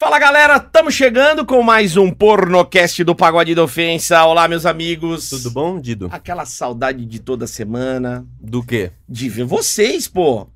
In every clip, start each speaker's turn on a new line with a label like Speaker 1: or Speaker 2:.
Speaker 1: Fala galera, estamos chegando com mais um pornocast do Pagode da Ofensa. Olá, meus amigos.
Speaker 2: Tudo bom, Dido?
Speaker 1: Aquela saudade de toda semana,
Speaker 2: Do quê?
Speaker 1: de ver vocês, pô.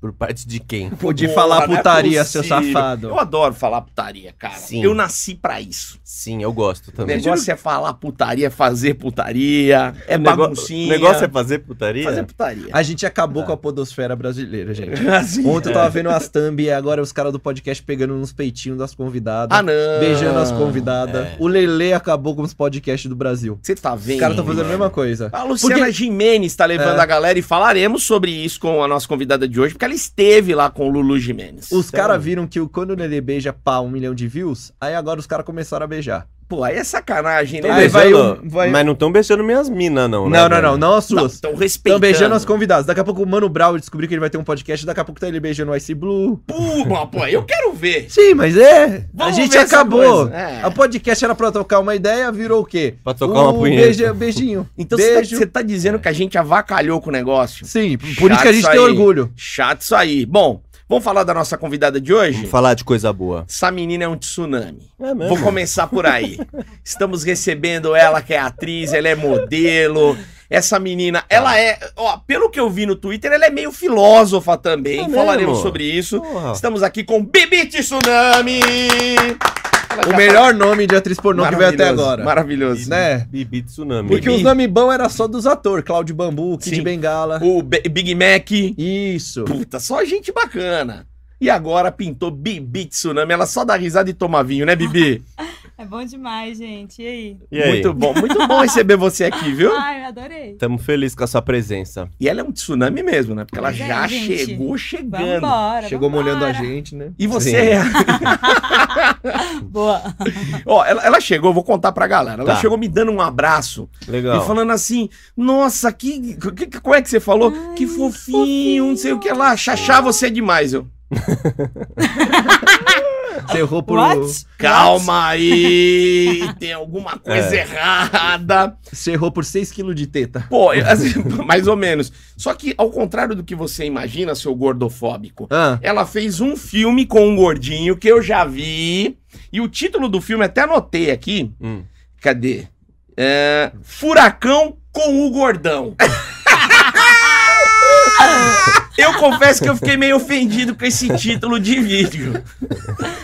Speaker 2: Por parte de quem?
Speaker 3: Podia
Speaker 1: Porra,
Speaker 3: falar
Speaker 1: não é
Speaker 3: putaria, seu
Speaker 1: possível.
Speaker 3: safado.
Speaker 1: Eu adoro falar putaria, cara.
Speaker 2: Sim.
Speaker 1: Eu nasci pra isso.
Speaker 2: Sim, eu gosto
Speaker 1: O
Speaker 2: também.
Speaker 1: negócio é falar putaria, fazer putaria, é
Speaker 2: O nego-
Speaker 1: baguncinha.
Speaker 2: O negócio é fazer putaria?
Speaker 1: fazer putaria.
Speaker 3: A gente acabou com a podosfera brasileira, gente.
Speaker 1: Assim.
Speaker 3: Ontem eu tava vendo as thumb e agora os caras do podcast pegando nos peitinhos das convidadas.
Speaker 1: Ah, não.
Speaker 3: Beijando as convidadas.
Speaker 2: É.
Speaker 3: O Lele acabou com os podcasts do Brasil.
Speaker 1: Você tá vendo?
Speaker 3: Os caras estão fazendo a
Speaker 1: mano?
Speaker 3: mesma coisa.
Speaker 1: A Luciana
Speaker 3: Porque- É.
Speaker 1: Jimenez tá levando a galera e falaremos sobre isso com a nossa convidada de hoje, porque ela esteve lá com o Lulu Jimenez.
Speaker 3: Os caras viram que o- quando o Lele beija pá, um milhão de views, aí agora os caras começaram a beijar.
Speaker 1: Pô, aí é sacanagem, né?
Speaker 2: Tão
Speaker 3: Aí
Speaker 1: velho?
Speaker 3: vai
Speaker 2: beijando-
Speaker 3: um- vai-
Speaker 2: Mas não estão beijando minhas minas, não. né,
Speaker 3: Não, não,
Speaker 2: velho?
Speaker 3: não, não as suas.
Speaker 1: Estão
Speaker 3: Estão
Speaker 1: respeitando.
Speaker 3: beijando as convidadas. Daqui a pouco o Mano Brown descobriu que ele vai ter um podcast, daqui a pouco tá ele beijando o Ice Blue.
Speaker 1: Pô, mas, pô, eu quero ver.
Speaker 3: Sim, mas é.
Speaker 1: Vamos
Speaker 3: a gente
Speaker 1: ver essa
Speaker 3: acabou.
Speaker 1: coisa. É.
Speaker 3: A podcast era pra tocar uma ideia, virou o quê?
Speaker 2: Pra tocar uma punheta.
Speaker 3: beija- beijinho.
Speaker 1: Então
Speaker 3: Beijo.
Speaker 1: você tá, dizendo que a gente avacalhou com o negócio?
Speaker 3: Sim, por isso
Speaker 1: Chato
Speaker 3: que a gente
Speaker 1: isso
Speaker 3: tem
Speaker 1: aí.
Speaker 3: orgulho.
Speaker 1: Chato isso aí. Bom, vamos falar da nossa convidada de hoje?
Speaker 2: Vamos falar de coisa boa.
Speaker 1: Essa menina é um tsunami.
Speaker 2: É
Speaker 1: Vou começar por aí. Estamos recebendo ela, que é atriz, ela é modelo. Essa menina, ela é. Ó, pelo que eu vi no Twitter, ela é meio filósofa também.
Speaker 2: É
Speaker 1: Falaremos
Speaker 2: mesmo?
Speaker 1: sobre isso.
Speaker 2: Porra.
Speaker 3: tá
Speaker 1: Estamos aqui com Bibi Tsunami! Ela
Speaker 3: O
Speaker 1: já
Speaker 3: melhor nome de atriz pornô que veio até
Speaker 1: Maravilhoso,
Speaker 3: agora.
Speaker 1: Maravilhoso.
Speaker 3: Né?
Speaker 2: Bibi Tsunami.
Speaker 3: Porque
Speaker 1: Bibi.
Speaker 3: os nomes bons era só dos atores. Cláudio Bambu, Kid
Speaker 1: Sim.
Speaker 3: Bengala.
Speaker 1: O Be- Big Mac.
Speaker 3: Isso.
Speaker 1: Puta, só gente bacana. E agora pintou Bibi Tsunami. Ela só dá risada e toma vinho, né, Bibi?
Speaker 4: É bom demais, gente. E aí?
Speaker 2: E aí?
Speaker 1: Muito bom, muito bom receber você aqui, viu?
Speaker 4: Ai, eu adorei.
Speaker 2: Estamos felizes com a sua presença.
Speaker 1: E ela é um tsunami mesmo, né? Porque ela
Speaker 4: Pois é,
Speaker 1: já
Speaker 4: gente.
Speaker 1: chegou chegando.
Speaker 4: Vambora.
Speaker 3: Chegou
Speaker 4: vambora.
Speaker 3: molhando a gente, né?
Speaker 1: E você
Speaker 3: Sim.
Speaker 1: é.
Speaker 4: Boa.
Speaker 1: Ó, ela, ela chegou, vou contar pra galera. Ela
Speaker 2: Tá. Então.
Speaker 1: chegou me dando um abraço
Speaker 2: Legal.
Speaker 1: e falando assim: Nossa, que, que, que- Como é que você falou?
Speaker 4: Ai,
Speaker 1: que fofinho, não sei o que lá. Xaxá, você é demais. Eu.
Speaker 3: Você errou por.
Speaker 4: What?
Speaker 1: Calma aí, tem alguma coisa
Speaker 2: É.
Speaker 1: errada.
Speaker 3: Você errou por 6 kg de teta.
Speaker 1: Pô, eu- assim, mais ou menos. Só que, ao contrário do que você imagina, seu gordofóbico,
Speaker 3: Ah,
Speaker 1: ela fez um filme com um gordinho que eu já vi. E o título do filme, até anotei aqui.
Speaker 2: Hum.
Speaker 1: Cadê? É, Furacão com o Gordão. eu confesso que eu fiquei meio ofendido com esse título de vídeo.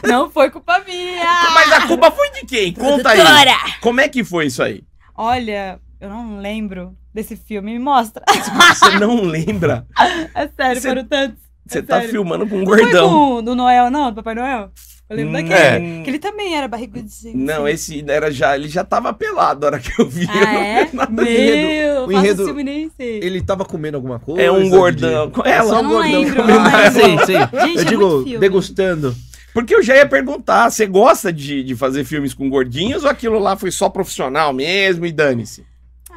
Speaker 4: Não foi culpa minha.
Speaker 1: Mas a culpa foi de quem? Conta Então tá aí.
Speaker 4: Produtora.
Speaker 1: Como é que foi isso aí?
Speaker 4: Olha, eu não lembro desse filme. Me mostra.
Speaker 1: Você não lembra?
Speaker 4: É sério,
Speaker 1: Você-
Speaker 4: foram tantos.
Speaker 1: Você
Speaker 4: é
Speaker 1: tá
Speaker 4: sério.
Speaker 1: filmando com um
Speaker 4: Não foi
Speaker 1: gordão.
Speaker 4: com o do Noel, não? Do Papai Noel? Eu lembro
Speaker 1: Hum,
Speaker 4: daquele.
Speaker 1: é.
Speaker 4: Que ele também era barrigudinho.
Speaker 1: Não, esse era já, ele já tava pelado na hora que eu vi.
Speaker 4: Ah, é? Meu,
Speaker 3: O
Speaker 4: eu faço
Speaker 3: enredo-
Speaker 4: filme e nem sei.
Speaker 3: ele tava comendo alguma coisa?
Speaker 1: É um
Speaker 3: de-
Speaker 1: gordão. Com
Speaker 3: É
Speaker 1: ela.
Speaker 3: só um
Speaker 4: Eu não
Speaker 3: gordão
Speaker 4: lembro,
Speaker 3: comendo.
Speaker 4: eu não lembro.
Speaker 3: Sim, sim.
Speaker 4: Gente,
Speaker 3: Eu
Speaker 4: é muito
Speaker 3: digo,
Speaker 4: filme.
Speaker 3: degustando.
Speaker 1: Porque eu já ia perguntar, você gosta de, de fazer filmes com gordinhos ou aquilo lá foi só profissional mesmo e dane-se?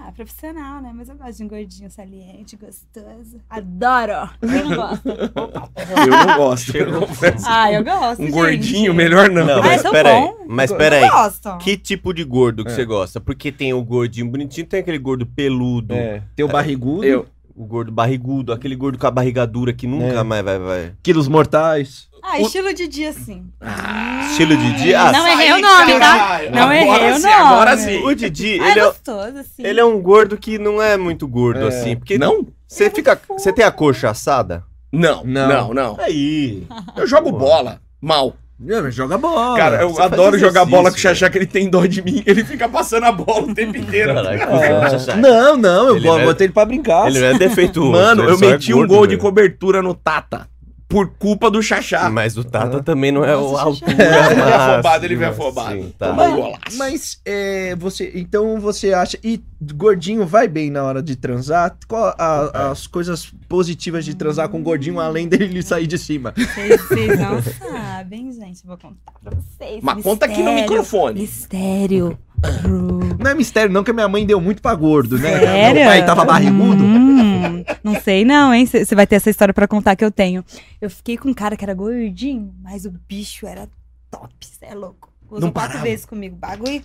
Speaker 4: Ah, profissional, né? Mas eu gosto de um gordinho saliente, gostoso. Adoro. Quem não gosta?
Speaker 1: Eu não gosto, eu confesso.
Speaker 4: Ah, eu gosto,
Speaker 1: Um
Speaker 4: gente.
Speaker 1: gordinho, melhor não.
Speaker 2: Não,
Speaker 4: Ah,
Speaker 2: mas
Speaker 4: é tão
Speaker 2: peraí.
Speaker 4: bom.
Speaker 2: Mas
Speaker 4: Eu
Speaker 2: peraí.
Speaker 4: gosto.
Speaker 2: Que tipo de gordo
Speaker 3: É.
Speaker 2: que você gosta? Porque tem o gordinho bonitinho, tem aquele gordo peludo,
Speaker 3: Teu barrigudo,
Speaker 1: É. Eu,
Speaker 2: o gordo barrigudo, aquele gordo com a barriga dura que nunca
Speaker 3: É.
Speaker 2: mais vai, vai.
Speaker 3: quilos mortais.
Speaker 4: Ah, estilo de dia, sim.
Speaker 2: Estilo de dia? Ah,
Speaker 4: Não
Speaker 1: Aí,
Speaker 4: errei o nome, tá?
Speaker 1: caralho.
Speaker 4: Não
Speaker 1: Agora
Speaker 4: errei o
Speaker 1: sim,
Speaker 4: nome.
Speaker 1: agora sim.
Speaker 2: O Didi,
Speaker 4: Ah, é
Speaker 2: ele é,
Speaker 4: gostoso, assim.
Speaker 2: ele é um gordo que não é muito gordo,
Speaker 3: É.
Speaker 2: assim. Porque
Speaker 1: Não?
Speaker 2: Você fica.
Speaker 4: é
Speaker 2: Você tem a coxa assada?
Speaker 1: Não, não,
Speaker 3: Não.
Speaker 1: não.
Speaker 2: Aí.
Speaker 1: Eu jogo
Speaker 2: Boa.
Speaker 1: bola. Mal.
Speaker 3: joga bola.
Speaker 1: Cara, eu
Speaker 2: você faz
Speaker 1: adoro jogar
Speaker 2: exercício,
Speaker 1: bola com o Xaxá, que ele tem dó de mim. Ele fica passando a bola o tempo inteiro.
Speaker 3: Ah, não, não, eu
Speaker 2: Ele
Speaker 3: bo-
Speaker 1: é-
Speaker 2: vai-
Speaker 3: botei ele pra brincar.
Speaker 2: Ele não é defeituoso.
Speaker 1: Mano,
Speaker 2: ele
Speaker 1: eu
Speaker 2: só é
Speaker 1: meti um
Speaker 2: gordo,
Speaker 1: gol de
Speaker 2: velho.
Speaker 1: cobertura no Tata. Por culpa do Xaxá.
Speaker 2: Mas o Tata também não é o
Speaker 4: Nossa,
Speaker 2: altura.
Speaker 1: Ele vem
Speaker 2: massa,
Speaker 1: afobado, ele vem
Speaker 2: assim,
Speaker 1: afobado.
Speaker 2: tá.
Speaker 1: Tomou um golaço.
Speaker 3: Mas é, você. Então você acha. E gordinho vai bem na hora de transar? Qual
Speaker 1: É.
Speaker 3: a- as coisas positivas de transar com gordinho, além dele sair de cima?
Speaker 4: Vocês, vocês não sabem, gente. Vou contar pra vocês.
Speaker 1: Mas conta aqui no
Speaker 4: Mistério.
Speaker 1: microfone. Né?
Speaker 4: Mistério. Pro-
Speaker 3: Não é mistério, não, que a minha mãe deu muito pra gordo, né?
Speaker 4: Sério?
Speaker 3: Meu pai tava barrigudo.
Speaker 4: Hum, não sei não, hein? Você vai ter essa história pra contar que eu tenho. Eu fiquei com um cara que era gordinho, mas o bicho era top. Cê é louco. Usou
Speaker 1: Não
Speaker 4: quatro
Speaker 1: parava.
Speaker 4: vezes comigo. Bagulho.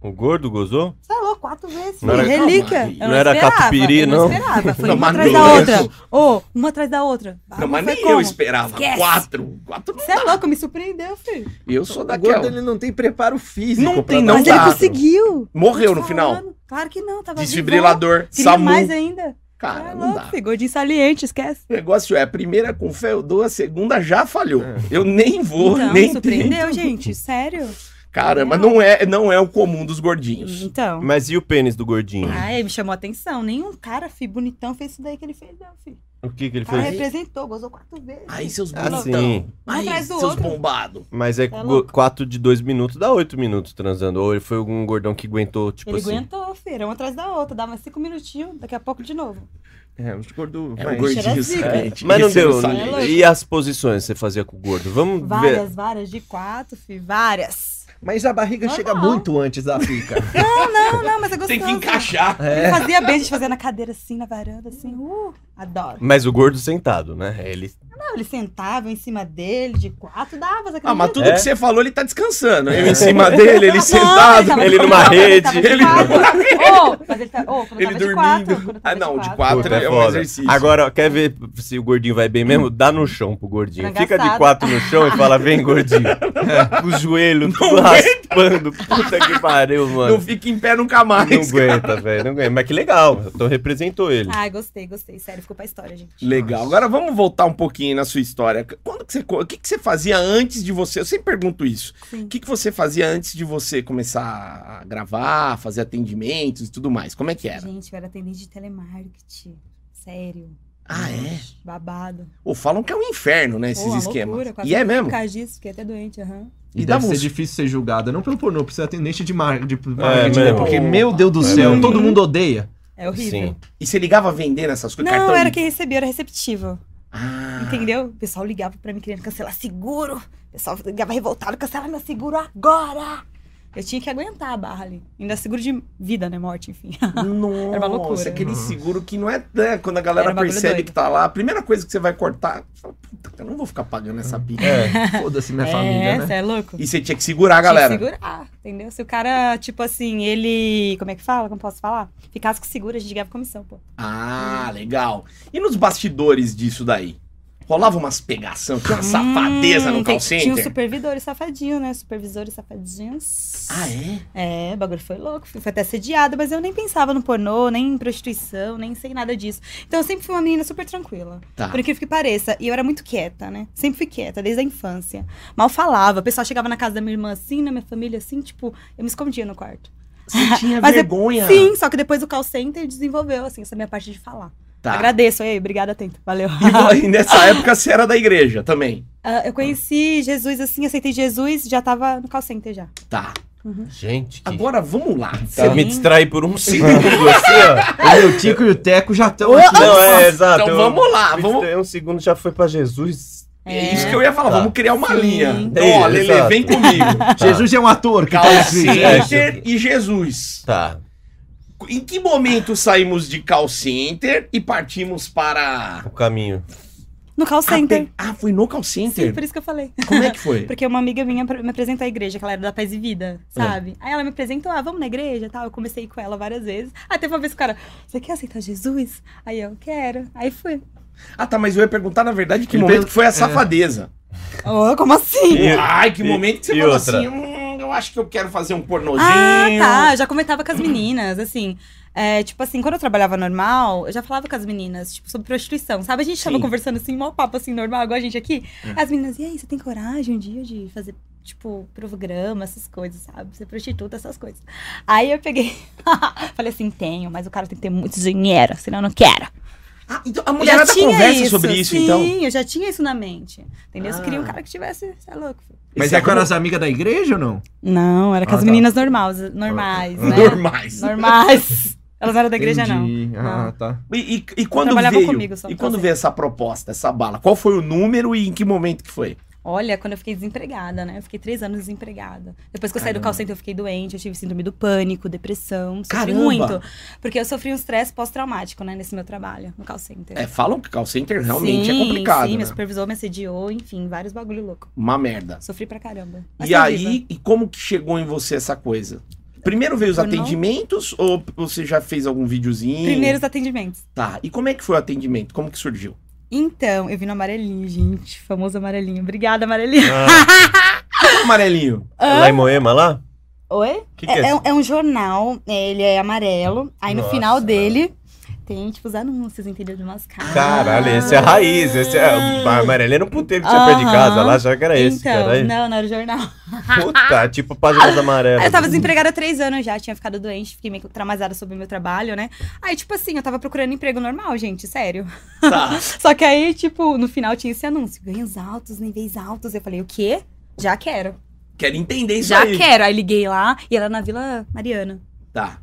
Speaker 2: O gordo gozou?
Speaker 4: Você é louco. quatro vezes.
Speaker 2: Não
Speaker 4: filho,
Speaker 2: era-
Speaker 4: relíquia.
Speaker 1: Calma,
Speaker 4: Eu
Speaker 2: não era
Speaker 4: esperava,
Speaker 2: catupiry,
Speaker 4: eu
Speaker 2: não?
Speaker 4: esperava. Foi
Speaker 1: Não,
Speaker 4: uma
Speaker 1: mas
Speaker 4: atrás
Speaker 1: não
Speaker 4: da
Speaker 1: é
Speaker 4: outra.
Speaker 1: isso.
Speaker 4: Ô, uma atrás da outra. Ah,
Speaker 1: Não, mas
Speaker 4: foi
Speaker 1: nem
Speaker 4: como?
Speaker 1: eu esperava.
Speaker 4: Esquece.
Speaker 1: Quatro. Quatro não
Speaker 4: Você é
Speaker 1: dá.
Speaker 4: louco, me surpreendeu, filho.
Speaker 1: Eu sou
Speaker 3: O gordo
Speaker 1: daquela.
Speaker 3: ele não tem preparo físico.
Speaker 1: Não
Speaker 3: pra
Speaker 1: tem,
Speaker 3: dar um
Speaker 1: não
Speaker 4: Mas
Speaker 1: dá.
Speaker 4: ele conseguiu.
Speaker 1: Morreu
Speaker 4: Tô te
Speaker 1: no final.
Speaker 4: tá falando. Claro que não, tava
Speaker 1: Desfibrilador,
Speaker 4: vivão. Queria
Speaker 1: SAMU.
Speaker 4: mais ainda.
Speaker 1: Cara,
Speaker 4: é
Speaker 1: não
Speaker 4: louco,
Speaker 1: dá.
Speaker 4: filho. Gordinho saliente, esquece.
Speaker 1: O negócio é, a primeira com fé eu dou, a segunda já falhou.
Speaker 3: É.
Speaker 1: Eu nem vou,
Speaker 4: então,
Speaker 1: nem tento.
Speaker 4: surpreendeu, gente. Sério?
Speaker 1: Cara, mas não é, não é o comum dos gordinhos.
Speaker 4: Então.
Speaker 2: Mas e o pênis do gordinho?
Speaker 4: Ai, me chamou a atenção. Nenhum cara, filho, bonitão fez isso daí que ele fez, não, filho.
Speaker 2: O que que ele
Speaker 4: O cara
Speaker 2: fez?
Speaker 4: representou, gozou quatro vezes.
Speaker 1: Aí seus
Speaker 2: Ah,
Speaker 1: bonitão.
Speaker 2: sim.
Speaker 4: Um
Speaker 1: Aí
Speaker 4: atrás do
Speaker 1: seus
Speaker 4: outro.
Speaker 1: bombados.
Speaker 2: Mas é
Speaker 4: Tá louco.
Speaker 2: 4 de 2 minutos, dá 8 minutos transando. Ou ele foi algum gordão que aguentou, tipo
Speaker 4: Ele
Speaker 2: assim.
Speaker 4: aguentou, filho. Era um atrás da outra. Dava cinco minutinhos, daqui a pouco de novo.
Speaker 3: É, os gordos.
Speaker 1: É
Speaker 3: mas-
Speaker 1: um gordinho
Speaker 4: Cheira zica.
Speaker 1: saliente.
Speaker 2: Mas não
Speaker 1: Esse eu
Speaker 2: deu. né?
Speaker 1: sabia.
Speaker 4: assim. É louco.
Speaker 2: e as posições que você fazia com o gordo? Vamos ver.
Speaker 4: Várias, várias, de quatro, filho. Várias.
Speaker 3: Mas a barriga
Speaker 4: Normal.
Speaker 3: chega muito antes da pica.
Speaker 4: Não, não, não, mas é gostoso.
Speaker 1: Tem que encaixar.
Speaker 2: É.
Speaker 4: Ele fazia bem, a gente fazia na cadeira assim, na varanda, assim. Uh, adoro.
Speaker 2: Mas o gordo sentado, né? Ele
Speaker 4: Não, ele sentava em cima dele, de quatro, dava, você
Speaker 1: Ah, mas
Speaker 4: acredita?
Speaker 1: tudo
Speaker 2: É.
Speaker 1: que você falou, ele tá descansando. Eu em cima dele, ele
Speaker 4: Não,
Speaker 1: sentado.
Speaker 4: tava
Speaker 2: ele
Speaker 4: de
Speaker 2: numa
Speaker 4: quatro,
Speaker 2: rede,
Speaker 4: tava de
Speaker 1: ele-
Speaker 4: quatro. Ô, mas ele tá- ô, quando
Speaker 1: Ele
Speaker 4: tava de
Speaker 1: dormindo.
Speaker 4: quatro, quando
Speaker 1: ah,
Speaker 4: tava
Speaker 1: não, de
Speaker 2: Puta,
Speaker 1: quatro
Speaker 2: é
Speaker 1: é, um
Speaker 2: foda.
Speaker 1: exercício.
Speaker 2: Agora, quer ver se o gordinho vai bem mesmo? Dá no chão pro gordinho. Fica de
Speaker 4: Engraçado.
Speaker 2: quatro no chão e fala, vem, gordinho. Com o joelho tudo raspando. Puta que pariu, mano.
Speaker 1: não fica em pé nunca
Speaker 2: Não,
Speaker 1: mais. cara.
Speaker 2: aguenta, velho. Não aguenta. Mas que legal. Então representou ele.
Speaker 4: Ai, gostei, gostei. Sério, ficou pra história, gente.
Speaker 1: Legal. Agora vamos voltar um pouquinho na sua história. Quando que você, co- o que, que você fazia antes de você? Eu sempre pergunto isso.
Speaker 4: Sim.
Speaker 1: O que, que você fazia antes de você começar a gravar, fazer atendimentos e tudo mais? Como é que era?
Speaker 4: Gente, eu era atendente de telemarketing. Sério.
Speaker 1: Ah, é?
Speaker 4: Babado.
Speaker 1: Ou falam que é um inferno, né? Esses
Speaker 4: Ô, uma
Speaker 1: esquemas.
Speaker 4: loucura, quase
Speaker 1: e é
Speaker 4: morri
Speaker 1: mesmo?
Speaker 4: Por causa disso, fiquei até doente, aham.
Speaker 1: E
Speaker 3: E
Speaker 1: dá
Speaker 3: deve ser
Speaker 1: música.
Speaker 3: difícil ser julgada. Não pelo pornô, precisa atendente de marketing. De marketing né?
Speaker 2: mesmo.
Speaker 3: Porque, meu Deus do céu, todo mundo odeia.
Speaker 4: É horrível.
Speaker 2: Sim.
Speaker 1: E você ligava vendendo essas coisas?
Speaker 4: Não,
Speaker 1: cartão
Speaker 4: era
Speaker 1: de-
Speaker 4: quem recebia, era receptivo.
Speaker 1: Ah,
Speaker 4: Entendeu? O pessoal ligava pra mim querendo cancelar seguro. O pessoal ligava revoltado, cancela meu seguro agora! Eu tinha que aguentar a barra ali. Ainda seguro de vida, né? Morte, enfim.
Speaker 1: Nossa,
Speaker 4: uma loucura.
Speaker 1: aquele seguro que não é. né, quando a galera
Speaker 4: Era um bagulho
Speaker 1: percebe
Speaker 4: doido.
Speaker 1: que tá lá, a primeira coisa que você vai cortar, você fala, puta, eu não vou ficar pagando essa
Speaker 4: Hum.
Speaker 1: pica.
Speaker 3: Foda-se minha
Speaker 4: é,
Speaker 3: família, né?
Speaker 4: cê é louco?
Speaker 1: E você tinha que segurar,
Speaker 4: Tinha
Speaker 1: galera.
Speaker 4: que segurar, entendeu? Se o cara, tipo assim, ele. Como é que fala? Como posso falar? Ficasse com seguro, a gente ganhava comissão, pô.
Speaker 1: Ah, legal. E nos bastidores disso daí? Rolava umas pegação, tinha uma safadeza
Speaker 4: Hum,
Speaker 1: no
Speaker 4: tem-
Speaker 1: call center?
Speaker 4: Tinha um supervisor e safadinho, né? Supervisores safadinhos.
Speaker 1: Ah, é?
Speaker 4: É, o bagulho foi louco. Fui fui até sediada, mas eu nem pensava no pornô, nem em prostituição, nem sei nada disso. Então eu sempre fui uma menina super tranquila.
Speaker 1: Tá.
Speaker 4: Por incrível que pareça. E eu era muito quieta, né? Sempre fui quieta, desde a infância. Mal falava. O pessoal chegava na casa da minha irmã assim, na minha família assim, tipo, eu me escondia no quarto.
Speaker 1: Você tinha
Speaker 4: Mas é-
Speaker 1: vergonha.
Speaker 4: Sim, só que depois o call center desenvolveu, assim, essa minha parte de falar.
Speaker 1: Tá.
Speaker 4: Agradeço, aí, obrigada, atento. Valeu.
Speaker 1: E vo- E nessa época você era da igreja também.
Speaker 4: Ah, eu conheci Jesus assim, aceitei Jesus, já tava no call center já.
Speaker 1: Tá.
Speaker 2: Gente, que...
Speaker 1: Agora vamos lá.
Speaker 2: Você
Speaker 1: Tá.
Speaker 2: me distrai por um segundo com você, ó.
Speaker 3: O meu Tico e o Teco já estão aqui.
Speaker 2: Não, é, exato.
Speaker 1: Então
Speaker 2: eu-
Speaker 1: vamos lá,
Speaker 2: me
Speaker 1: vamos-
Speaker 2: distraí Um segundo já foi pra Jesus.
Speaker 1: É isso que eu ia falar,
Speaker 2: Tá.
Speaker 1: vamos criar uma
Speaker 4: Sim.
Speaker 1: linha. Então, ó,
Speaker 2: É,
Speaker 1: Lele,
Speaker 2: exato.
Speaker 1: vem comigo.
Speaker 3: Jesus é um ator que tá
Speaker 1: Call
Speaker 3: escrito. é isso.
Speaker 1: Center e Jesus.
Speaker 2: Tá.
Speaker 1: Em que momento saímos de Call Center e partimos para.
Speaker 2: tá, O caminho.
Speaker 4: No call center.
Speaker 1: Ah, foi no Call
Speaker 4: Sim,
Speaker 1: Center?
Speaker 4: por isso que eu falei.
Speaker 1: Como é que foi?
Speaker 4: Porque uma amiga minha me apresentou à igreja, que ela era da Paz e Vida, sabe? Aí ela me apresentou, ah, vamos na igreja e tal. Eu comecei com ela várias vezes. Aí teve uma vez que o cara, você quer aceitar Jesus? Aí eu, quero. Aí fui.
Speaker 1: Ah, tá, mas eu ia perguntar, na verdade, que
Speaker 3: Ele
Speaker 1: momento
Speaker 3: per-
Speaker 1: que foi a safadeza.
Speaker 4: Oh, como assim?
Speaker 2: É. E-
Speaker 1: Ai, que
Speaker 2: e-
Speaker 1: momento que você
Speaker 2: e
Speaker 1: falou
Speaker 2: outra?
Speaker 1: assim: hum, eu acho que eu quero fazer um pornozinho.
Speaker 4: Ah, tá. Eu já comentava com as meninas, assim. É, tipo assim, quando eu trabalhava normal, eu já falava com as meninas, tipo, sobre prostituição, sabe? A gente tava
Speaker 1: Sim. É.
Speaker 4: conversando assim, mó papo assim, normal, igual a gente aqui. As meninas, e aí, você tem coragem um dia de fazer, tipo, programa, essas coisas, sabe? Ser prostituta, essas coisas. Aí eu peguei, falei assim, tenho, mas o cara tem que ter muito dinheiro, senão eu não quero.
Speaker 1: Ah, então a
Speaker 4: Eu já
Speaker 1: mulherada
Speaker 4: tinha
Speaker 1: conversa sobre isso,
Speaker 4: sim,
Speaker 1: então.
Speaker 4: eu já tinha isso na mente, entendeu? Você
Speaker 1: Ah.
Speaker 4: queria um cara que tivesse, você é louco. filho.
Speaker 3: Mas
Speaker 1: Esse
Speaker 3: é com
Speaker 1: arrumou-
Speaker 3: as amigas da igreja ou não?
Speaker 4: Não, era com
Speaker 3: Ah,
Speaker 4: as
Speaker 3: tá.
Speaker 4: meninas normais,
Speaker 1: Ah,
Speaker 4: normais,
Speaker 1: tá.
Speaker 4: né?
Speaker 1: Normais.
Speaker 4: normais. Elas não eram da igreja, não.
Speaker 3: Entendi. Ah, tá.
Speaker 1: E, e- e quando
Speaker 4: trabalhavam
Speaker 1: veio,
Speaker 4: comigo só,
Speaker 1: e
Speaker 4: pra
Speaker 1: quando
Speaker 4: você.
Speaker 1: veio essa proposta, essa bala? Qual foi o número e em que momento que foi?
Speaker 4: Olha, quando eu fiquei desempregada, né? Eu fiquei três anos desempregada. Depois que eu saí do
Speaker 3: Caramba.
Speaker 4: call center, eu fiquei doente, eu tive síndrome do pânico, depressão, sofri
Speaker 1: Caramba!
Speaker 4: muito. Porque eu sofri um estresse pós-traumático, né, nesse meu trabalho, no call center.
Speaker 1: É, falam que call center realmente é
Speaker 4: Sim,
Speaker 1: complicado,
Speaker 4: Sim,
Speaker 1: né?
Speaker 4: meu supervisor me assediou, enfim, vários bagulho louco.
Speaker 1: Uma merda.
Speaker 4: Sofri pra caramba. Mas
Speaker 1: e
Speaker 4: tô
Speaker 1: aí,
Speaker 4: viva.
Speaker 1: e como que chegou em você essa coisa? Primeiro veio os
Speaker 4: Eu não-
Speaker 1: atendimentos ou você já fez algum videozinho?
Speaker 4: Primeiros atendimentos.
Speaker 1: Tá. E como é que foi o atendimento? Como que surgiu?
Speaker 4: Então, eu vi no amarelinho, gente. Famoso amarelinho. Obrigada, amarelinho.
Speaker 2: Ah,
Speaker 1: Amarelinho.
Speaker 2: lá em Moema, lá?
Speaker 4: Oi?
Speaker 2: O que, que é,
Speaker 4: É, é
Speaker 2: isso?
Speaker 4: um- é um jornal, é, ele é amarelo. Aí no
Speaker 2: Nossa.
Speaker 4: final dele tem, tipo, os anúncios, entendeu? De umas caras.
Speaker 2: Caralho,
Speaker 4: Ah.
Speaker 2: esse é a raiz. Esse é... A Amarela era um puteiro que tinha perto de casa
Speaker 4: Aham.
Speaker 2: lá, achava que era esse,
Speaker 4: Então,
Speaker 2: caralho.
Speaker 4: não, não era o jornal.
Speaker 2: Puta, tipo páginas amarelas.
Speaker 4: Eu tava assim, desempregada há três anos já, tinha ficado doente, fiquei meio traumatizada sobre o meu trabalho, né? Aí, tipo assim, eu tava procurando emprego normal, gente, sério.
Speaker 1: Tá.
Speaker 4: Só que aí, tipo, no final tinha esse anúncio: ganhos altos, níveis altos. Eu falei, o quê? Já quero.
Speaker 1: Quero entender isso
Speaker 4: Já é-
Speaker 1: aí.
Speaker 4: quero. Aí liguei lá e era na Vila Mariana.
Speaker 1: Tá.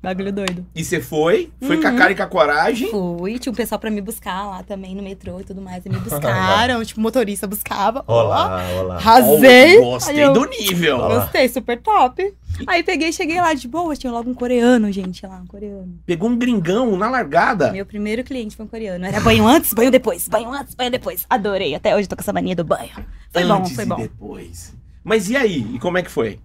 Speaker 4: Bagulho doido.
Speaker 1: E você foi? Foi com a
Speaker 4: Uhum.
Speaker 1: cara e com a coragem?
Speaker 4: Fui, tinha um pessoal pra me buscar lá também no metrô e tudo mais. E me buscaram, tipo, o motorista buscava.
Speaker 2: Olá, olá.
Speaker 4: Arrasei.
Speaker 1: Oh,
Speaker 4: Aí
Speaker 1: gostei
Speaker 4: eu
Speaker 1: do nível.
Speaker 2: Olá.
Speaker 4: Gostei, super top. Aí peguei, cheguei lá de boa, tinha logo um coreano, gente, lá, um coreano.
Speaker 1: Pegou um gringão na largada.
Speaker 4: Meu primeiro cliente foi um coreano. Era banho antes, banho depois, banho antes, banho depois. Adorei, até hoje tô com essa mania do banho. Foi bom,
Speaker 1: Antes
Speaker 4: foi
Speaker 1: e
Speaker 4: bom.
Speaker 1: depois. Mas e aí? E como é que foi?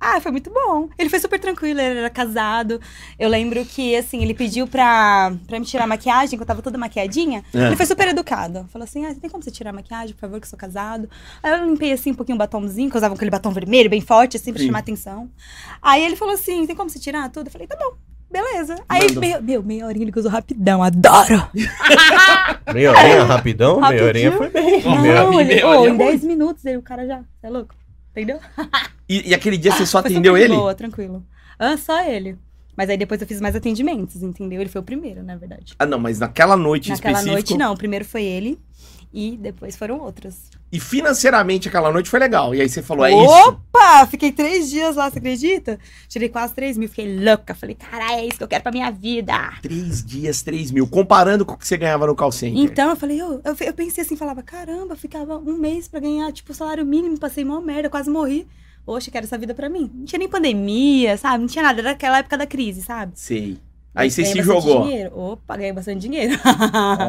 Speaker 4: Ah, foi muito bom. Ele foi super tranquilo, ele era casado. Eu lembro que, assim, ele pediu pra, pra me tirar a maquiagem, que eu tava toda maquiadinha.
Speaker 1: É.
Speaker 4: Ele foi super educado. Falou assim, ah, tem como você tirar a maquiagem, por favor, que eu sou casado. Aí eu limpei, assim, um pouquinho o batomzinho, que eu usava aquele batom vermelho, bem forte, assim, pra
Speaker 1: Sim.
Speaker 4: chamar atenção. Aí ele falou assim, tem como você tirar tudo? Eu falei, tá bom. Beleza. Aí,
Speaker 1: Mandou.
Speaker 4: meio, meu, meia horinha ele gozou rapidão, adoro.
Speaker 2: Meia horinha, rapidão? Meia
Speaker 4: Rapidinho.
Speaker 2: horinha foi bem.
Speaker 1: Não,
Speaker 2: Meia-
Speaker 1: horinha,
Speaker 4: ele,
Speaker 1: meia
Speaker 4: oh,
Speaker 1: horinha é
Speaker 4: em 10 minutos aí o cara já, você é louco? Entendeu?
Speaker 1: E, e aquele dia você só
Speaker 4: Ah, Foi
Speaker 1: atendeu
Speaker 4: super de
Speaker 1: ele?
Speaker 4: Boa, tranquilo. Ah, só ele. Mas aí depois eu fiz mais atendimentos, entendeu? Ele foi o primeiro, na verdade.
Speaker 1: Ah, não, mas naquela noite
Speaker 4: Naquela
Speaker 1: específica.
Speaker 4: noite, não. O primeiro foi ele e depois foram outros.
Speaker 1: E financeiramente aquela noite foi legal. E aí você falou, é isso.
Speaker 4: Opa! Fiquei três dias lá, você acredita? Tirei quase três mil, fiquei louca. Falei, caralho, é isso que eu quero pra minha vida.
Speaker 1: Três dias, três mil. Comparando com o que você ganhava no call center.
Speaker 4: Então eu falei, eu, eu, eu pensei assim, falava, caramba, ficava um mês pra ganhar, tipo, salário mínimo, passei mó merda, quase morri. Oxe, quero essa vida pra mim. Não tinha nem pandemia, sabe? Não tinha nada, era aquela época da crise, sabe?
Speaker 1: Sei. Aí você
Speaker 4: Ganhei
Speaker 1: se
Speaker 4: bastante
Speaker 1: jogou.
Speaker 4: dinheiro. Opa, ganhei bastante dinheiro.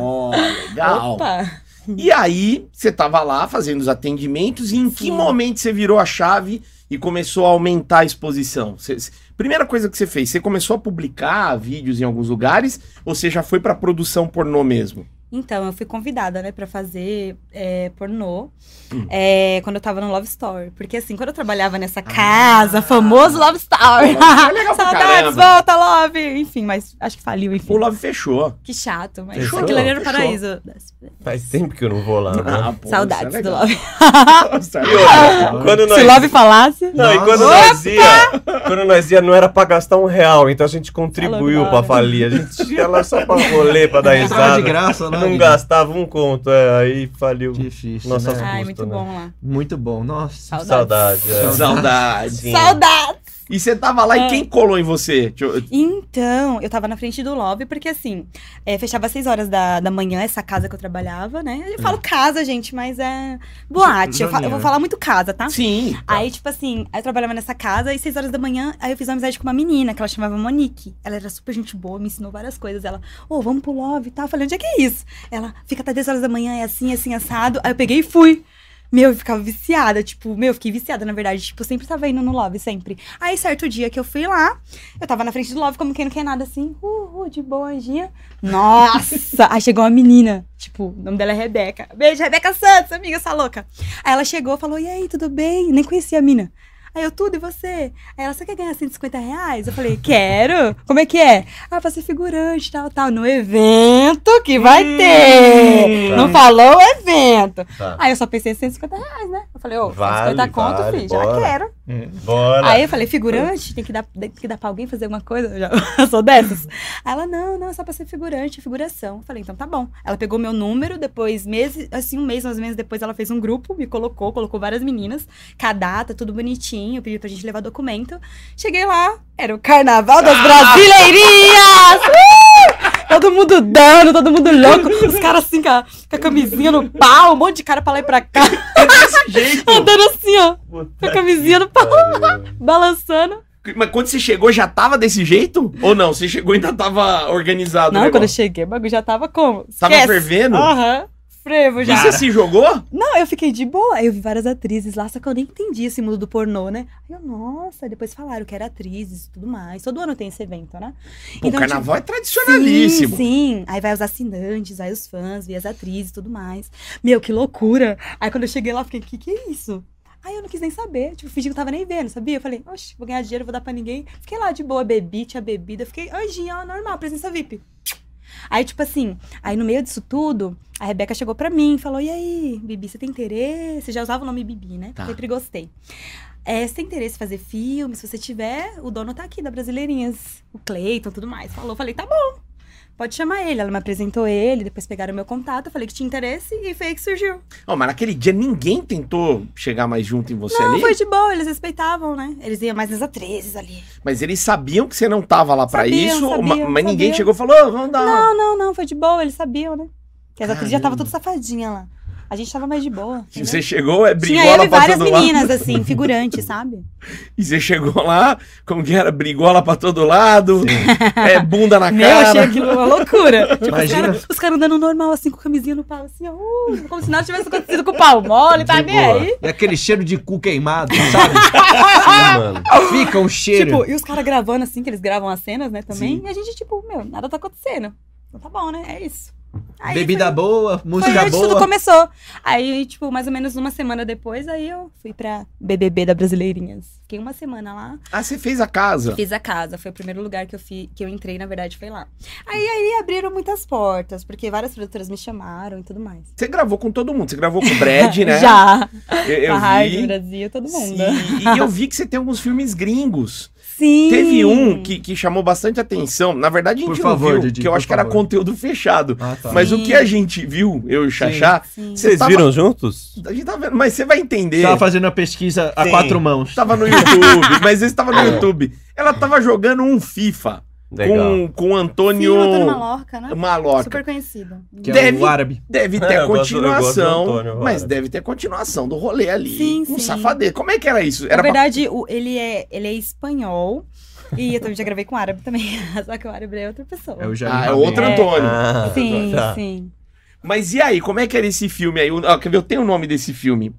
Speaker 1: Ó, legal.
Speaker 4: Opa!
Speaker 1: E aí, você tava lá fazendo os atendimentos, e em que
Speaker 4: Sim.
Speaker 1: momento você virou a chave e começou a aumentar a exposição? Você- você- primeira coisa que você fez, você começou a publicar vídeos em alguns lugares, ou você já foi pra produção pornô mesmo?
Speaker 4: Então, eu fui convidada, né, pra fazer é, pornô
Speaker 1: Hum.
Speaker 4: é, quando eu tava no Love Story. Porque assim, quando eu trabalhava nessa casa, famoso Love Story.
Speaker 1: Pô, Love Story é legal Ah. pra
Speaker 4: Saudades,
Speaker 1: caramba.
Speaker 4: volta, Love! Enfim, mas acho que faliu, enfim.
Speaker 1: O Love fechou.
Speaker 4: Que chato, mas
Speaker 2: Fechou,
Speaker 4: aquilo ali era o
Speaker 1: fechou.
Speaker 4: paraíso.
Speaker 2: Faz tempo que eu não vou lá. né?
Speaker 1: pô,
Speaker 4: Saudades
Speaker 1: isso é
Speaker 4: do
Speaker 1: legal.
Speaker 4: Love.
Speaker 1: Nossa,
Speaker 2: E outra,
Speaker 1: legal.
Speaker 2: quando
Speaker 4: Se
Speaker 2: nós...
Speaker 4: Love
Speaker 1: é
Speaker 4: falasse.
Speaker 2: Não, e quando
Speaker 3: Nossa.
Speaker 2: nós ia, quando nós ia, não era pra gastar um real, então a gente contribuiu
Speaker 4: Falou,
Speaker 2: pra
Speaker 4: bora.
Speaker 2: falir. A gente ia lá só pra rolê, pra dar
Speaker 3: Entrava
Speaker 2: risada.
Speaker 3: de graça, né?
Speaker 2: Não
Speaker 3: Guilherme?
Speaker 2: gastava um conto, é, aí faliu.
Speaker 3: Difícil,
Speaker 2: Nossas
Speaker 3: né?
Speaker 4: Ai,
Speaker 2: Gosto,
Speaker 4: muito
Speaker 2: né?
Speaker 4: bom lá.
Speaker 3: Muito bom, nossa.
Speaker 2: Saudade. é.
Speaker 1: Tipo, Saudades.
Speaker 2: Sim.
Speaker 4: Saudades!
Speaker 1: E você tava lá e
Speaker 4: É.
Speaker 1: quem colou em você? Deixa eu-
Speaker 4: Então, eu tava na frente do lobby, porque assim, é, fechava às 6 horas da, da manhã essa casa que eu trabalhava, né? Eu falo casa, gente, mas é boate. Eu, fa- eu vou
Speaker 3: Joaninha.
Speaker 4: falar muito casa, tá?
Speaker 1: Sim.
Speaker 4: Aí, tipo assim, eu trabalhava nessa casa e 6 horas da manhã, aí eu fiz uma amizade com uma menina que ela chamava Monique. Ela era super gente boa, me ensinou várias coisas. Ela, ô, vamos pro love e tal. Eu falei, onde é que é isso? Ela, fica até 10 horas da manhã, é assim, assim, assado. Aí eu peguei e fui. Meu, eu ficava viciada, tipo, meu, eu fiquei viciada, na verdade. Tipo, eu sempre tava indo no Love, sempre. Aí, certo dia que eu fui lá, eu tava na frente do Love, como quem não quer nada, assim, uhul, de boa, dia. Nossa! Aí chegou uma menina, tipo, o nome dela é Rebeca. Beijo, Rebeca Santos, amiga, essa louca. Aí ela chegou, falou, e aí, tudo bem? Nem conhecia a mina. Aí eu, tudo, e você? Aí ela, você quer ganhar 150 reais? Eu falei, quero. Como é que é? Ah, pra ser figurante, tal, tal. No evento que vai ter. Não falou o evento.
Speaker 2: Hum. Tá.
Speaker 4: Aí eu só pensei 150 reais, né? Eu falei, ô,
Speaker 2: Vale,
Speaker 4: 150 conto,
Speaker 2: vale,
Speaker 4: filho,
Speaker 2: bora.
Speaker 4: já quero.
Speaker 3: É,
Speaker 2: Bora.
Speaker 4: Aí eu falei, figurante, tem que dar, tem que dar pra alguém fazer alguma coisa? Eu, já, eu sou dessas. Aí ela, não, não, é só pra ser figurante, é figuração. Eu falei, então tá bom. Ela pegou meu número, depois, meses, assim, um mês mais ou menos depois, ela fez um grupo, me colocou, colocou várias meninas, cadata, tudo bonitinho, pediu pra gente levar documento. Cheguei lá, era o carnaval das brasileirinhas! Uh! Todo mundo dando, todo mundo louco, os caras assim com a, com a camisinha no pau, um monte de cara pra lá e pra cá,
Speaker 1: Desse jeito.
Speaker 4: andando assim, ó, com a
Speaker 2: Puta
Speaker 4: camisinha no
Speaker 2: que
Speaker 4: pau,
Speaker 2: pariu.
Speaker 4: balançando.
Speaker 1: Mas quando você chegou já tava desse jeito? Ou não? Você chegou e ainda tava organizado? o
Speaker 4: Não,
Speaker 1: negócio?
Speaker 4: quando eu cheguei, o bagulho já tava como?
Speaker 1: Tava
Speaker 4: Esquece.
Speaker 1: fervendo?
Speaker 4: Aham. frevo já.
Speaker 1: Você se jogou?
Speaker 4: Não, eu fiquei de boa. Aí eu vi várias atrizes lá, só que eu nem entendi esse mundo do pornô, né? Aí eu, nossa, depois falaram que era atrizes e tudo mais. Todo ano tem esse evento, né?
Speaker 1: Pô, o carnaval é
Speaker 4: tipo,
Speaker 1: tradicionalíssimo.
Speaker 4: Sim, sim. Aí vai os assinantes, aí os fãs, via as atrizes e tudo mais. Meu, que loucura. Aí quando eu cheguei lá, eu fiquei, que que é isso? Aí eu não quis nem saber, tipo, fingi que eu tava nem vendo, sabia? Eu falei, oxe, vou ganhar dinheiro, vou dar pra ninguém. Fiquei lá de boa, bebi, tinha bebida, fiquei anjinha, ó, normal, presença VIP. Aí, tipo assim, aí no meio disso tudo, a Rebeca chegou pra mim e falou: E aí, Bibi, você tem interesse? Já usava o nome Bibi, né?
Speaker 1: Tá.
Speaker 4: Sempre gostei. É, você tem interesse em fazer filme? Se você tiver, o dono tá aqui da Brasileirinhas, o Cleiton tudo mais. Falou, falei, tá bom. Pode chamar ele. Ela me apresentou ele, depois pegaram meu contato, eu falei que tinha interesse e foi aí que surgiu.
Speaker 1: Ó, mas naquele dia ninguém tentou chegar mais junto em você
Speaker 4: Não,
Speaker 1: ali.
Speaker 4: foi de boa, eles respeitavam, né? Eles iam mais nas atrizes ali.
Speaker 1: Mas eles sabiam que você não tava lá pra
Speaker 4: Sabiam,
Speaker 1: isso,
Speaker 4: sabiam,
Speaker 1: ma- mas ninguém
Speaker 4: sabiam.
Speaker 1: chegou e falou, "Ô, vamos dar uma...
Speaker 4: Não, não, não, foi de boa, eles sabiam, né? Que as atrizes já tava
Speaker 1: Caramba.
Speaker 4: tudo safadinha lá. A gente tava mais de
Speaker 1: E
Speaker 4: boa. entendeu?
Speaker 1: Você chegou, é
Speaker 4: Tinha
Speaker 1: brigola
Speaker 4: eu e
Speaker 1: pra
Speaker 4: várias
Speaker 1: todo lado.
Speaker 4: meninas, assim, figurantes, sabe?
Speaker 1: E você chegou lá, como que era? Brigola pra todo lado, é bunda na
Speaker 4: Meu, eu achei
Speaker 1: cara.
Speaker 4: aquilo uma loucura. Tipo, os
Speaker 3: Imagina.
Speaker 4: caras cara andando normal, assim, com camisinha no pau, assim, ó, uh, como se nada tivesse acontecido com o pau mole, tá
Speaker 3: De
Speaker 4: nem
Speaker 3: boa.
Speaker 4: aí.
Speaker 3: E aquele cheiro de cu queimado, sabe?
Speaker 2: mano.
Speaker 3: Fica um cheiro.
Speaker 4: Tipo, e os caras gravando, assim, que eles gravam as cenas, né, também. E a gente, tipo, meu, nada tá acontecendo. Então tá bom, né? É isso. Aí
Speaker 3: Bebida
Speaker 4: foi-
Speaker 3: boa,
Speaker 4: Foi
Speaker 3: música
Speaker 4: onde
Speaker 3: boa.
Speaker 4: tudo começou. Aí, tipo, mais ou menos uma semana depois, aí eu fui pra BBB da Brasileirinhas. Fiquei uma semana lá.
Speaker 1: Ah, você fez a casa.
Speaker 4: Fiz a casa, foi o primeiro lugar que eu, fi, que eu entrei, na verdade, foi lá. Aí, aí abriram muitas portas, porque várias produtoras me chamaram e tudo mais.
Speaker 1: Você gravou com todo mundo, você gravou com o Brad, né?
Speaker 4: Já,
Speaker 1: Eu, eu
Speaker 4: Rádio,
Speaker 1: vi.
Speaker 4: Brasil, todo mundo.
Speaker 1: Sim, E eu vi que você tem alguns filmes gringos.
Speaker 4: Sim.
Speaker 1: Teve um que, que chamou bastante atenção. Na verdade, a gente
Speaker 3: Por
Speaker 1: não
Speaker 3: favor,
Speaker 1: viu,
Speaker 3: Didi,
Speaker 1: que eu
Speaker 3: por
Speaker 1: acho que era
Speaker 3: favor.
Speaker 1: conteúdo fechado.
Speaker 3: Ah, tá.
Speaker 1: Mas o
Speaker 4: Sim.
Speaker 1: que a gente viu, eu e o Xaxá,
Speaker 4: Sim.
Speaker 1: Você
Speaker 2: Vocês
Speaker 1: tava-
Speaker 2: viram juntos?
Speaker 1: a gente tá vendo, mas você vai entender.
Speaker 3: Tava fazendo a pesquisa a
Speaker 1: Sim.
Speaker 3: quatro mãos.
Speaker 1: Tava no YouTube, mas esse tava no YouTube. Ela tava jogando um FIFA
Speaker 2: Legal.
Speaker 1: com, com o
Speaker 4: Sim,
Speaker 1: Antônio
Speaker 4: o Antônio Maloca, né?
Speaker 1: Maloca.
Speaker 4: Super conhecido.
Speaker 3: Que é
Speaker 1: Deve-
Speaker 3: o árabe.
Speaker 1: Deve ter
Speaker 2: É, eu gosto- eu gosto do
Speaker 1: continuação,
Speaker 2: Antônio, vai.
Speaker 1: mas deve ter continuação do rolê ali.
Speaker 4: Sim,
Speaker 1: um
Speaker 4: sim.
Speaker 1: safadeza. Como é que era isso? Era
Speaker 4: Na
Speaker 1: pra-
Speaker 4: verdade, o- ele, é, ele é espanhol. E eu também já gravei com árabe também. Só que o árabe é outra pessoa.
Speaker 3: É o Jair
Speaker 1: Ah, é
Speaker 3: Rabin.
Speaker 1: outro
Speaker 4: É.
Speaker 1: Antônio.
Speaker 2: Ah,
Speaker 4: Sim,
Speaker 2: tá.
Speaker 4: sim.
Speaker 1: Mas e aí, como é que era esse filme aí? O- ó, Quer ver? Eu tenho o nome desse filme.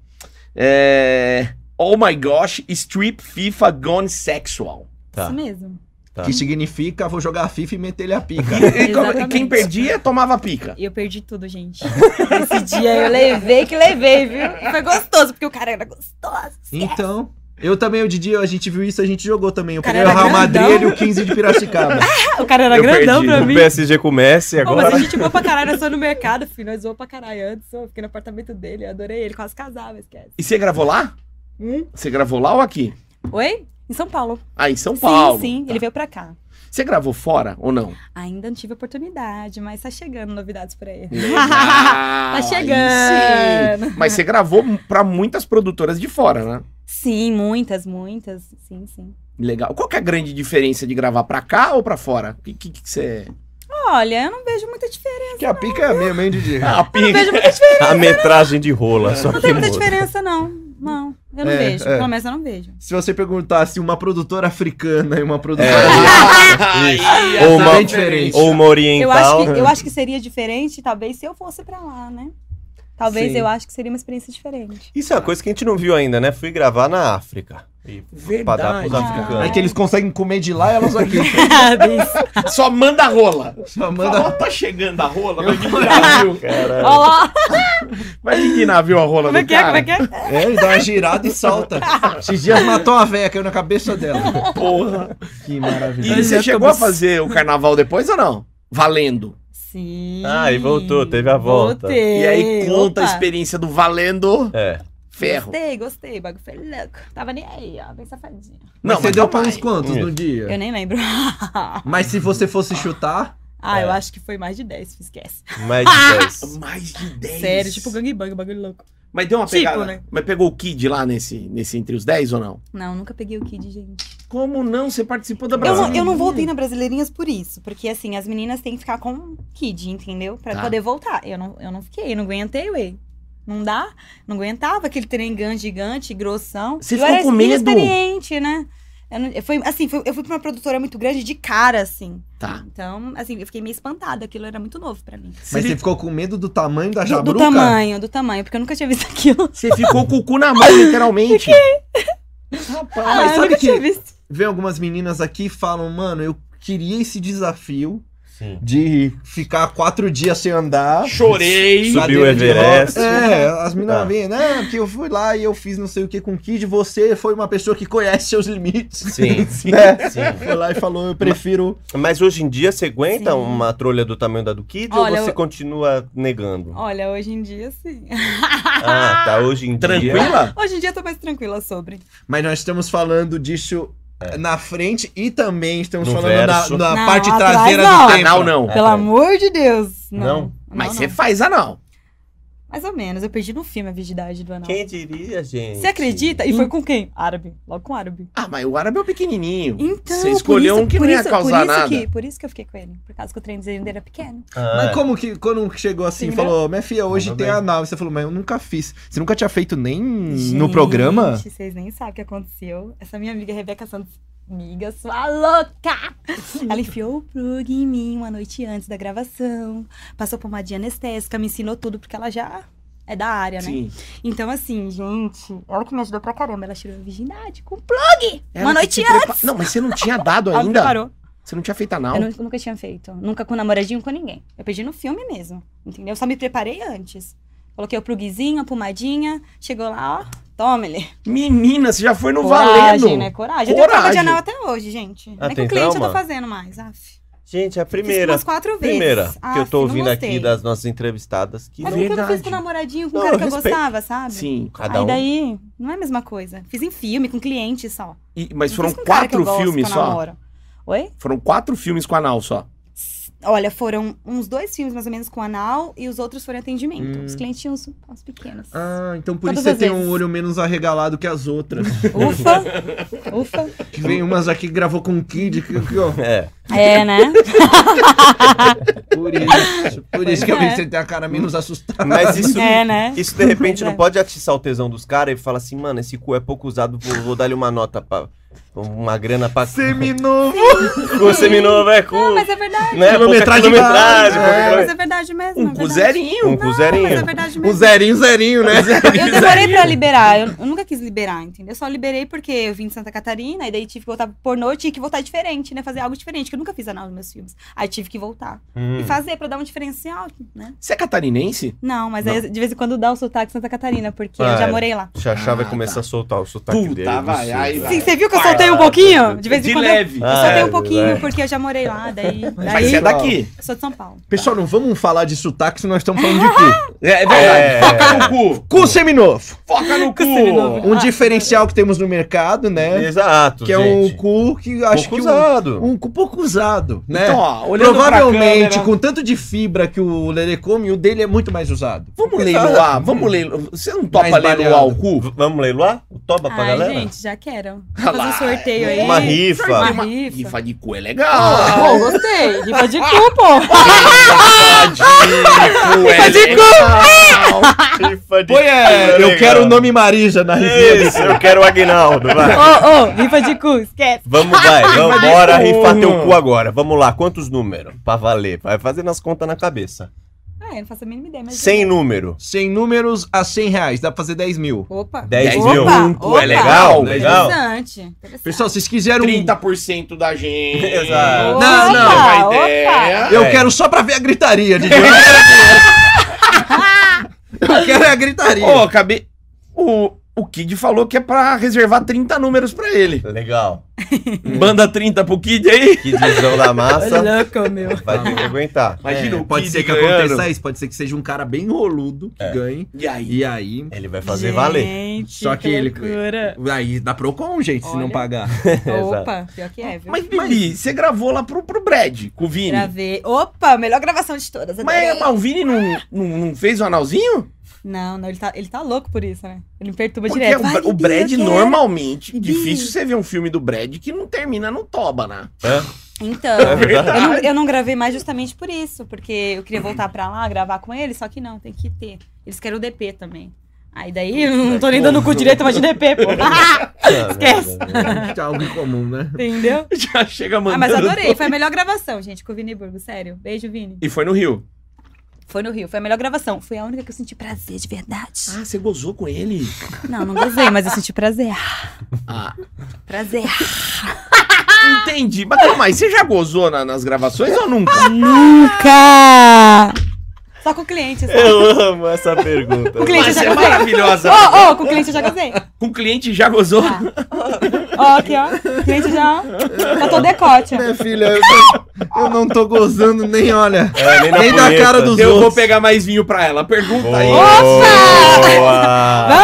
Speaker 1: É... Oh my gosh, Strip FIFA Gone Sexual.
Speaker 2: Tá.
Speaker 4: Isso mesmo.
Speaker 2: Tá.
Speaker 3: Que significa vou jogar a FIFA e meter ele a pica.
Speaker 1: E como-
Speaker 4: Exatamente.
Speaker 1: quem perdia tomava pica.
Speaker 4: E eu perdi tudo, gente. Esse dia eu levei que levei, viu? Foi gostoso, porque o cara era gostoso.
Speaker 1: Hum.
Speaker 3: Então, eu também, o Didi, a gente viu isso, a gente jogou também. O
Speaker 4: Cara,
Speaker 3: primeiro
Speaker 4: era
Speaker 3: Real
Speaker 4: grandão.
Speaker 3: Madrid e o 15 de Piracicaba.
Speaker 4: O cara era
Speaker 1: Eu
Speaker 4: grandão
Speaker 1: perdi.
Speaker 4: pra
Speaker 1: O
Speaker 2: O
Speaker 4: mim.
Speaker 2: PSG comece
Speaker 4: Ô, mas
Speaker 2: agora.
Speaker 4: a gente boa pra caralho, só no mercado, filho. Nós voamos pra caralho antes. Eu fiquei no apartamento dele, eu adorei ele, quase casava, esquece.
Speaker 1: E você gravou lá?
Speaker 4: Hum?
Speaker 1: Você gravou lá ou aqui?
Speaker 4: Oi? Em São Paulo.
Speaker 1: Ah, em São Paulo.
Speaker 4: Sim, sim.
Speaker 1: Tá.
Speaker 4: Ele Tá veio pra cá.
Speaker 1: Você gravou fora ou não?
Speaker 4: Ainda não tive oportunidade, mas tá chegando novidades por aí.
Speaker 1: tá
Speaker 4: chegando.
Speaker 1: Mas você gravou pra muitas produtoras de fora, né?
Speaker 4: Sim, muitas, muitas. Sim, sim.
Speaker 1: Legal. Qual que é a grande diferença de gravar pra cá ou pra fora? O que, que, que você... é?
Speaker 4: Olha, eu não vejo muita diferença.
Speaker 3: que a pica é a mesma, hein, Didi?
Speaker 1: Ah,
Speaker 4: Eu não
Speaker 1: pica.
Speaker 4: vejo muita diferença.
Speaker 2: A metragem de rola, só
Speaker 4: é Não
Speaker 2: que
Speaker 4: tem muita
Speaker 2: muda.
Speaker 4: diferença, não. Não, eu não
Speaker 3: É,
Speaker 4: vejo.
Speaker 3: é.
Speaker 4: Pelo menos eu não vejo.
Speaker 3: Se você perguntasse uma produtora africana e uma produtora...
Speaker 1: Ai,
Speaker 2: Ou uma-
Speaker 1: é diferente.
Speaker 2: Ou uma
Speaker 4: Eu acho,
Speaker 2: oriental. né?
Speaker 4: que, eu acho que seria diferente, talvez, se eu fosse pra lá, né? Talvez
Speaker 3: Sim.
Speaker 4: eu acho que seria uma experiência diferente.
Speaker 2: Isso é uma coisa que a gente não viu ainda, né? Fui gravar na África. E pra dar pros
Speaker 1: Verdade,
Speaker 2: africanos.
Speaker 3: É que eles conseguem comer de lá e elas aqui.
Speaker 1: Só manda rola.
Speaker 3: Só
Speaker 1: Manda...
Speaker 3: manda...
Speaker 1: tá chegando a rola, vai migrar, viu?
Speaker 2: Caralho.
Speaker 4: Olha lá!
Speaker 1: Vai dignar, viu, a rola
Speaker 4: Como é
Speaker 1: do
Speaker 4: que é? Como
Speaker 1: cara?
Speaker 4: é que é?
Speaker 3: É, ele dá uma girada e solta. Esses dias matou uma véia, caiu na cabeça dela.
Speaker 4: é?
Speaker 1: Porra.
Speaker 3: Que
Speaker 1: E
Speaker 3: maravilha.
Speaker 4: Mas
Speaker 1: você
Speaker 4: é
Speaker 1: chegou a
Speaker 4: como-
Speaker 1: fazer o carnaval depois ou não? Valendo.
Speaker 4: Sim.
Speaker 2: Ah, e voltou, teve a volta.
Speaker 4: Voltei.
Speaker 1: E aí conta a
Speaker 4: Opa.
Speaker 1: experiência do valendo
Speaker 2: É.
Speaker 1: ferro.
Speaker 4: Gostei, gostei. O bagulho foi louco. Tava nem aí, ó, bem safadinha.
Speaker 1: Não,
Speaker 3: você deu pra
Speaker 1: calma
Speaker 3: uns
Speaker 1: aí.
Speaker 3: quantos no
Speaker 2: Isso.
Speaker 3: dia?
Speaker 4: Eu nem lembro.
Speaker 3: Mas se você fosse chutar...
Speaker 4: ah,
Speaker 2: É.
Speaker 4: eu acho que foi mais de 10, esquece.
Speaker 2: Mais
Speaker 4: Ah!
Speaker 2: de 10.
Speaker 1: Mais de 10.
Speaker 4: Sério, tipo gangbang, bagulho louco.
Speaker 1: Mas deu uma
Speaker 4: tipo,
Speaker 1: pegada.
Speaker 4: né?
Speaker 1: Mas pegou o Kid lá nesse, nesse entre os 10 ou não?
Speaker 4: Não, nunca peguei o Kid, gente.
Speaker 1: Como não? Você participou da
Speaker 4: Eu
Speaker 1: Brasil.
Speaker 4: não, eu não voltei na Brasileirinhas por isso. Porque, assim, as meninas têm que ficar com o Kid, entendeu? Pra
Speaker 1: Tá.
Speaker 4: poder voltar. Eu não, eu não fiquei, eu não aguentei, ué. Não dá? Não aguentava aquele trem gigante, grossão.
Speaker 1: Você
Speaker 4: eu
Speaker 1: ficou
Speaker 4: era
Speaker 1: com medo?
Speaker 4: inexperiente, né? Eu não- eu fui, assim, fui- eu fui pra uma produtora muito grande de cara, assim.
Speaker 1: Tá.
Speaker 4: Então, assim, eu fiquei meio espantada. Aquilo era muito novo pra mim.
Speaker 3: Mas
Speaker 1: Você-
Speaker 3: você ficou com medo do tamanho
Speaker 1: Tá
Speaker 3: da
Speaker 4: Do, do
Speaker 3: jabruca?
Speaker 4: tamanho, do tamanho, porque eu nunca tinha visto aquilo.
Speaker 1: Você ficou com o cu na mão, literalmente.
Speaker 4: é
Speaker 3: Rapaz,
Speaker 4: Ah, eu
Speaker 3: sabe
Speaker 4: nunca tinha
Speaker 3: que
Speaker 4: visto.
Speaker 3: vem algumas meninas aqui e falam, mano, eu queria esse desafio
Speaker 2: Sim.
Speaker 3: de ficar quatro dias sem andar.
Speaker 1: Chorei.
Speaker 2: Subiu o
Speaker 3: cadeira de
Speaker 2: Everest.
Speaker 3: rodas. É, as meninas
Speaker 2: Ah.
Speaker 3: vêm, né? Porque eu fui lá e eu fiz não sei o que com o Kid, você foi uma pessoa que conhece seus limites.
Speaker 2: Sim.
Speaker 3: Né?
Speaker 2: Sim.
Speaker 3: Foi lá e falou, eu prefiro.
Speaker 2: Mas hoje em dia você aguenta
Speaker 4: Sim.
Speaker 2: uma trolha do tamanho da do Kid
Speaker 4: Olha,
Speaker 2: ou você
Speaker 4: eu-
Speaker 2: continua negando?
Speaker 4: Olha, hoje em dia, sim.
Speaker 2: Ah, tá. Hoje em dia.
Speaker 1: Tranquila?
Speaker 4: Hoje em dia eu tô mais tranquila sobre.
Speaker 3: Mas nós estamos falando disso na frente e também estamos
Speaker 2: É. No
Speaker 3: falando na,
Speaker 2: verso.
Speaker 3: na
Speaker 4: Não,
Speaker 3: parte
Speaker 4: atrás
Speaker 3: traseira do
Speaker 4: não.
Speaker 3: tempo.
Speaker 1: Anal não.
Speaker 4: Pelo amor de Deus.
Speaker 2: Não?
Speaker 4: Não.
Speaker 1: Ah, tá. Mas
Speaker 4: não.
Speaker 1: você faz anal.
Speaker 4: Mais ou menos. Eu perdi no filme a virgindade do anal.
Speaker 2: Quem diria, gente?
Speaker 4: Você acredita? E foi com quem? Árabe. Logo com árabe.
Speaker 1: Ah, mas o árabe é o pequenininho.
Speaker 4: Então,
Speaker 1: Você escolheu
Speaker 4: por isso,
Speaker 1: um que
Speaker 4: por
Speaker 1: não ia
Speaker 4: isso-
Speaker 1: causar
Speaker 4: por isso
Speaker 1: nada.
Speaker 4: Que, por isso que eu fiquei com ele. Por causa que o trem dele era pequeno.
Speaker 2: Ah,
Speaker 3: Mas como que, quando chegou assim,
Speaker 4: Sim,
Speaker 3: falou, minha filha, hoje
Speaker 2: Mandou
Speaker 3: tem
Speaker 2: bem.
Speaker 3: anal. E você falou, mas eu nunca fiz. Você nunca tinha feito nem no programa?
Speaker 4: Gente, vocês nem sabem o que aconteceu. Essa minha amiga Rebeca Santos, amiga, sua louca! Ela enfiou o plug em mim uma noite antes da gravação. Passou pomadinha anestésica, me ensinou tudo, porque ela já é da área, né?
Speaker 1: Sim.
Speaker 4: Então, assim, gente, ela que me ajudou pra caramba. Ela tirou a virgindade com
Speaker 1: Ela
Speaker 4: Uma
Speaker 1: que
Speaker 4: noite
Speaker 1: te prepa- Não, mas você não tinha dado
Speaker 4: Ela me
Speaker 1: ainda?
Speaker 4: preparou.
Speaker 1: Você não tinha feito anal?
Speaker 4: Eu nu- nunca tinha feito. Nunca com namoradinho, com ninguém. Eu perdi no filme mesmo, entendeu? Eu só me preparei antes. Coloquei o pluguezinho, a pomadinha. Chegou lá, ó, tome-lhe.
Speaker 1: Menina, você já foi no valendo.
Speaker 4: né? Coragem. Eu
Speaker 1: Coragem.
Speaker 4: tenho trauma de anal até hoje, gente.
Speaker 2: Ah,
Speaker 4: Nem
Speaker 2: tem
Speaker 4: com cliente eu
Speaker 2: trauma?
Speaker 4: tô fazendo mais, af.
Speaker 2: Gente, a
Speaker 4: Fiz
Speaker 2: primeira.
Speaker 4: umas quatro vezes.
Speaker 2: Primeira que eu
Speaker 4: Af,
Speaker 2: tô
Speaker 4: Ah, não
Speaker 2: ouvindo aqui
Speaker 4: gostei.
Speaker 2: das nossas entrevistadas que
Speaker 4: Mas
Speaker 2: não.
Speaker 4: o que eu não fiz
Speaker 1: Verdade.
Speaker 4: com o namoradinho, com o
Speaker 2: Não,
Speaker 4: cara
Speaker 2: eu
Speaker 4: que eu
Speaker 2: respeito.
Speaker 4: gostava, sabe?
Speaker 1: Sim.
Speaker 2: Cada
Speaker 4: Aí
Speaker 2: um.
Speaker 4: daí, não é a mesma coisa. Fiz em filme, com cliente só.
Speaker 1: E- mas
Speaker 4: Não
Speaker 1: foram
Speaker 4: fiz com um cara que eu
Speaker 1: quatro
Speaker 4: gosto, que eu
Speaker 1: filmes só?
Speaker 4: namoro. Oi?
Speaker 1: Foram quatro filmes com anal só.
Speaker 4: Olha, foram uns dois filmes mais ou menos com anal e os outros foram atendimento.
Speaker 3: Hum.
Speaker 4: Os clientes tinham uns, uns pequenos.
Speaker 3: Ah, então por
Speaker 4: Todas
Speaker 3: isso você
Speaker 4: as
Speaker 3: tem
Speaker 4: vezes.
Speaker 3: um olho menos arregalado que as outras.
Speaker 4: Ufa! Ufa!
Speaker 3: Que vem umas aqui que gravou com o Kid, que, que, ó,
Speaker 2: É.
Speaker 4: É, né?
Speaker 3: por isso. Por isso que eu vi
Speaker 4: É.
Speaker 3: que você tem a cara menos assustada.
Speaker 2: Mas isso.
Speaker 4: É, né?
Speaker 2: Isso de repente
Speaker 4: Pois é.
Speaker 2: não pode atiçar o tesão dos caras e falar assim, mano, esse cu é pouco usado, vou, vou dar-lhe uma nota pra. Uma grana pra.
Speaker 3: Seminovo!
Speaker 2: Cu seminovo é cu.
Speaker 4: Não, mas é verdade.
Speaker 2: Né?
Speaker 3: Quilometragem
Speaker 2: Pouca quilometragem,
Speaker 3: baixa,
Speaker 2: pouca
Speaker 3: é.
Speaker 4: Mas
Speaker 2: quilometragem.
Speaker 4: é verdade mesmo.
Speaker 1: Um
Speaker 4: é
Speaker 1: com
Speaker 4: verdade.
Speaker 1: zerinho.
Speaker 2: Um cu
Speaker 4: Mas é
Speaker 2: zerinho.
Speaker 4: verdade
Speaker 3: Um
Speaker 4: mesmo.
Speaker 3: zerinho, zerinho, né?
Speaker 4: Eu demorei pra liberar. Eu, eu nunca quis liberar, entendeu? Eu só liberei porque eu vim de Santa Catarina e daí tive que voltar pro pornô. eu Tinha que voltar diferente, né? Fazer algo diferente, que eu nunca fiz anal nos meus filmes. Aí tive que voltar.
Speaker 2: Hum.
Speaker 4: E fazer pra dar um diferencial, né?
Speaker 1: Você é catarinense?
Speaker 4: Não, mas
Speaker 2: Não.
Speaker 4: aí, de vez em quando dá o sotaque de Santa Catarina, porque
Speaker 2: Ah,
Speaker 4: eu já
Speaker 2: é.
Speaker 4: morei lá.
Speaker 2: Xaxá vai
Speaker 1: Ah,
Speaker 2: começar
Speaker 1: tá.
Speaker 2: a soltar o sotaque
Speaker 1: Puta,
Speaker 2: dele. não
Speaker 1: vai,
Speaker 2: sei.
Speaker 1: aí vai.
Speaker 4: Sim, você viu que eu
Speaker 1: Vai,
Speaker 4: soltei um
Speaker 2: vai.
Speaker 4: pouquinho? De vez em
Speaker 1: De
Speaker 4: quando
Speaker 1: leve.
Speaker 4: eu, eu soltei
Speaker 3: é.
Speaker 2: Ah,
Speaker 4: um pouquinho,
Speaker 2: vai.
Speaker 4: porque eu já morei lá, daí...
Speaker 1: Mas
Speaker 4: daí
Speaker 1: você é daqui.
Speaker 4: eu sou de São Paulo.
Speaker 3: Pessoal, não vamos falar de sotaque, senão nós estamos falando de cu.
Speaker 1: É, é
Speaker 2: É.
Speaker 1: verdade. Foca no cu.
Speaker 3: Cu seminovo.
Speaker 1: Foca no
Speaker 4: seminovo.
Speaker 1: cu.
Speaker 3: Um diferencial que temos no mercado, né?
Speaker 2: Exato,
Speaker 3: Que é um
Speaker 2: gente.
Speaker 3: cu que acho
Speaker 2: pouco
Speaker 3: que um,
Speaker 2: usado.
Speaker 3: um cu pouco usado, né?
Speaker 1: Então, ó, olhando pra
Speaker 3: Provavelmente,
Speaker 1: câmera-
Speaker 3: com tanto de fibra que o Lele come, o dele é muito mais usado. tá
Speaker 1: Vamos leiloar, vamos leiloar. Você não topa
Speaker 3: Mais
Speaker 1: leiloar o
Speaker 3: baleado.
Speaker 1: cu?
Speaker 2: V- Vamos leiloar? O toba pra
Speaker 4: Ai,
Speaker 2: galera?
Speaker 4: gente, já quero.
Speaker 1: Ah
Speaker 4: Vou
Speaker 1: lá,
Speaker 4: fazer um sorteio aí.
Speaker 2: Uma rifa.
Speaker 4: Uma
Speaker 1: Uma
Speaker 4: rifa.
Speaker 1: rifa de cu é
Speaker 4: Ah,
Speaker 1: legal.
Speaker 4: pô, gostei. Rifa de cu, pô.
Speaker 1: Rifa de cu é legal.
Speaker 2: Rifa de-
Speaker 3: Põe é,
Speaker 2: Legal.
Speaker 3: eu quero o nome Marija na revista.
Speaker 2: Isso, eu quero o Aguinaldo, vai.
Speaker 4: Ô, ô, rifa de cu, esquece.
Speaker 2: Vamos, vai, vamos, bora
Speaker 1: de
Speaker 2: rifar teu
Speaker 1: porra.
Speaker 2: cu agora. Vamos lá, quantos números? Pra valer, vai fazendo as contas na cabeça.
Speaker 4: Ah, eu não faço a mínima ideia, mas...
Speaker 2: Sem número.
Speaker 3: 100 números a 100 reais, dá pra fazer 10 mil.
Speaker 4: Opa.
Speaker 2: 10
Speaker 4: opa,
Speaker 2: mil.
Speaker 1: Um cu é
Speaker 4: opa.
Speaker 1: legal,
Speaker 2: legal.
Speaker 4: Interessante. interessante.
Speaker 3: Pessoal, vocês quiseram... um-
Speaker 1: 30% da gente.
Speaker 2: Exato.
Speaker 3: Não, não.
Speaker 1: Uma
Speaker 4: Opa,
Speaker 1: ideia.
Speaker 3: Eu
Speaker 2: É.
Speaker 3: quero só pra ver a gritaria, Didi. eu quero é a gritaria.
Speaker 1: Ô, acabei. O, o Kid falou que é pra reservar 30 números pra ele.
Speaker 2: Legal.
Speaker 1: Banda 30 pro Kid aí.
Speaker 2: Que visão da massa.
Speaker 4: louco, meu.
Speaker 2: Vai ter que aguentar.
Speaker 1: Imagina,
Speaker 3: É,
Speaker 1: o
Speaker 3: pode
Speaker 1: Kid
Speaker 3: ser que
Speaker 1: ganhando. É.
Speaker 3: aconteça isso, pode ser que seja um cara bem roludo que ganhe.
Speaker 1: E aí?
Speaker 3: E aí.
Speaker 2: Ele vai fazer valer.
Speaker 3: Só que ele-
Speaker 4: Loucura.
Speaker 3: Aí dá Procon, gente, se não
Speaker 4: Olha.
Speaker 3: pagar.
Speaker 4: Opa, pior que é, viu?
Speaker 1: Mas, Bibi, você gravou lá pro, pro Brad, com o Vini.
Speaker 4: Gravei. Opa, melhor gravação de todas. adorei.
Speaker 1: Mas, é mas o Vini não, não, não fez o analzinho?
Speaker 4: Não, não, ele tá, ele tá louco por isso, né? Ele me perturba
Speaker 1: Porque
Speaker 4: direto.
Speaker 1: o,
Speaker 4: Vai,
Speaker 1: Bra- o
Speaker 4: Bibi, eu
Speaker 1: Brad
Speaker 4: quero.
Speaker 1: normalmente,
Speaker 4: Bibi.
Speaker 1: difícil você ver um filme do Brad que não termina no toba, né?
Speaker 4: Então,
Speaker 2: verdade.
Speaker 4: eu não, eu não gravei mais justamente por isso, porque eu queria voltar pra lá, gravar com ele, só que não, tem que ter. Eles querem o DP também. Aí daí eu não tô nem dando o cu direito, mas de DP,
Speaker 1: É
Speaker 4: pô. Esquece.
Speaker 3: Tá algo em comum, né?
Speaker 4: Entendeu?
Speaker 1: Já chega
Speaker 4: Ah,
Speaker 1: mandando.
Speaker 4: mas adorei. Foi a melhor gravação, gente, com o Vini Burgo. Sério. Beijo, Vini.
Speaker 1: E foi no Rio.
Speaker 4: Foi no Rio. Foi a melhor gravação. Foi a única que eu senti prazer de verdade.
Speaker 1: Ah, você gozou com ele?
Speaker 4: Não, não gozei, mas eu senti prazer.
Speaker 1: Ah.
Speaker 4: Prazer.
Speaker 1: Entendi. Mas calma aí, você já gozou na- nas gravações ou nunca?
Speaker 4: Nunca! Só com o cliente, só.
Speaker 2: Eu amo essa pergunta.
Speaker 4: Com o cliente eu
Speaker 1: Mas
Speaker 4: já
Speaker 1: é
Speaker 4: gozei.
Speaker 1: maravilhosa.
Speaker 4: Ô, ô, com o cliente eu já gozei.
Speaker 1: Com cliente já gozou?
Speaker 4: Ah. Ó, aqui, ó. O cliente já. Já tô decote. ó.
Speaker 3: Minha É, filha, eu, eu não tô gozando nem, olha.
Speaker 2: É, nem na,
Speaker 3: Nem na
Speaker 2: punheta.
Speaker 3: cara dos-
Speaker 1: Eu vou
Speaker 3: outros.
Speaker 1: pegar mais vinho pra ela. Pergunta aí.
Speaker 2: Boa!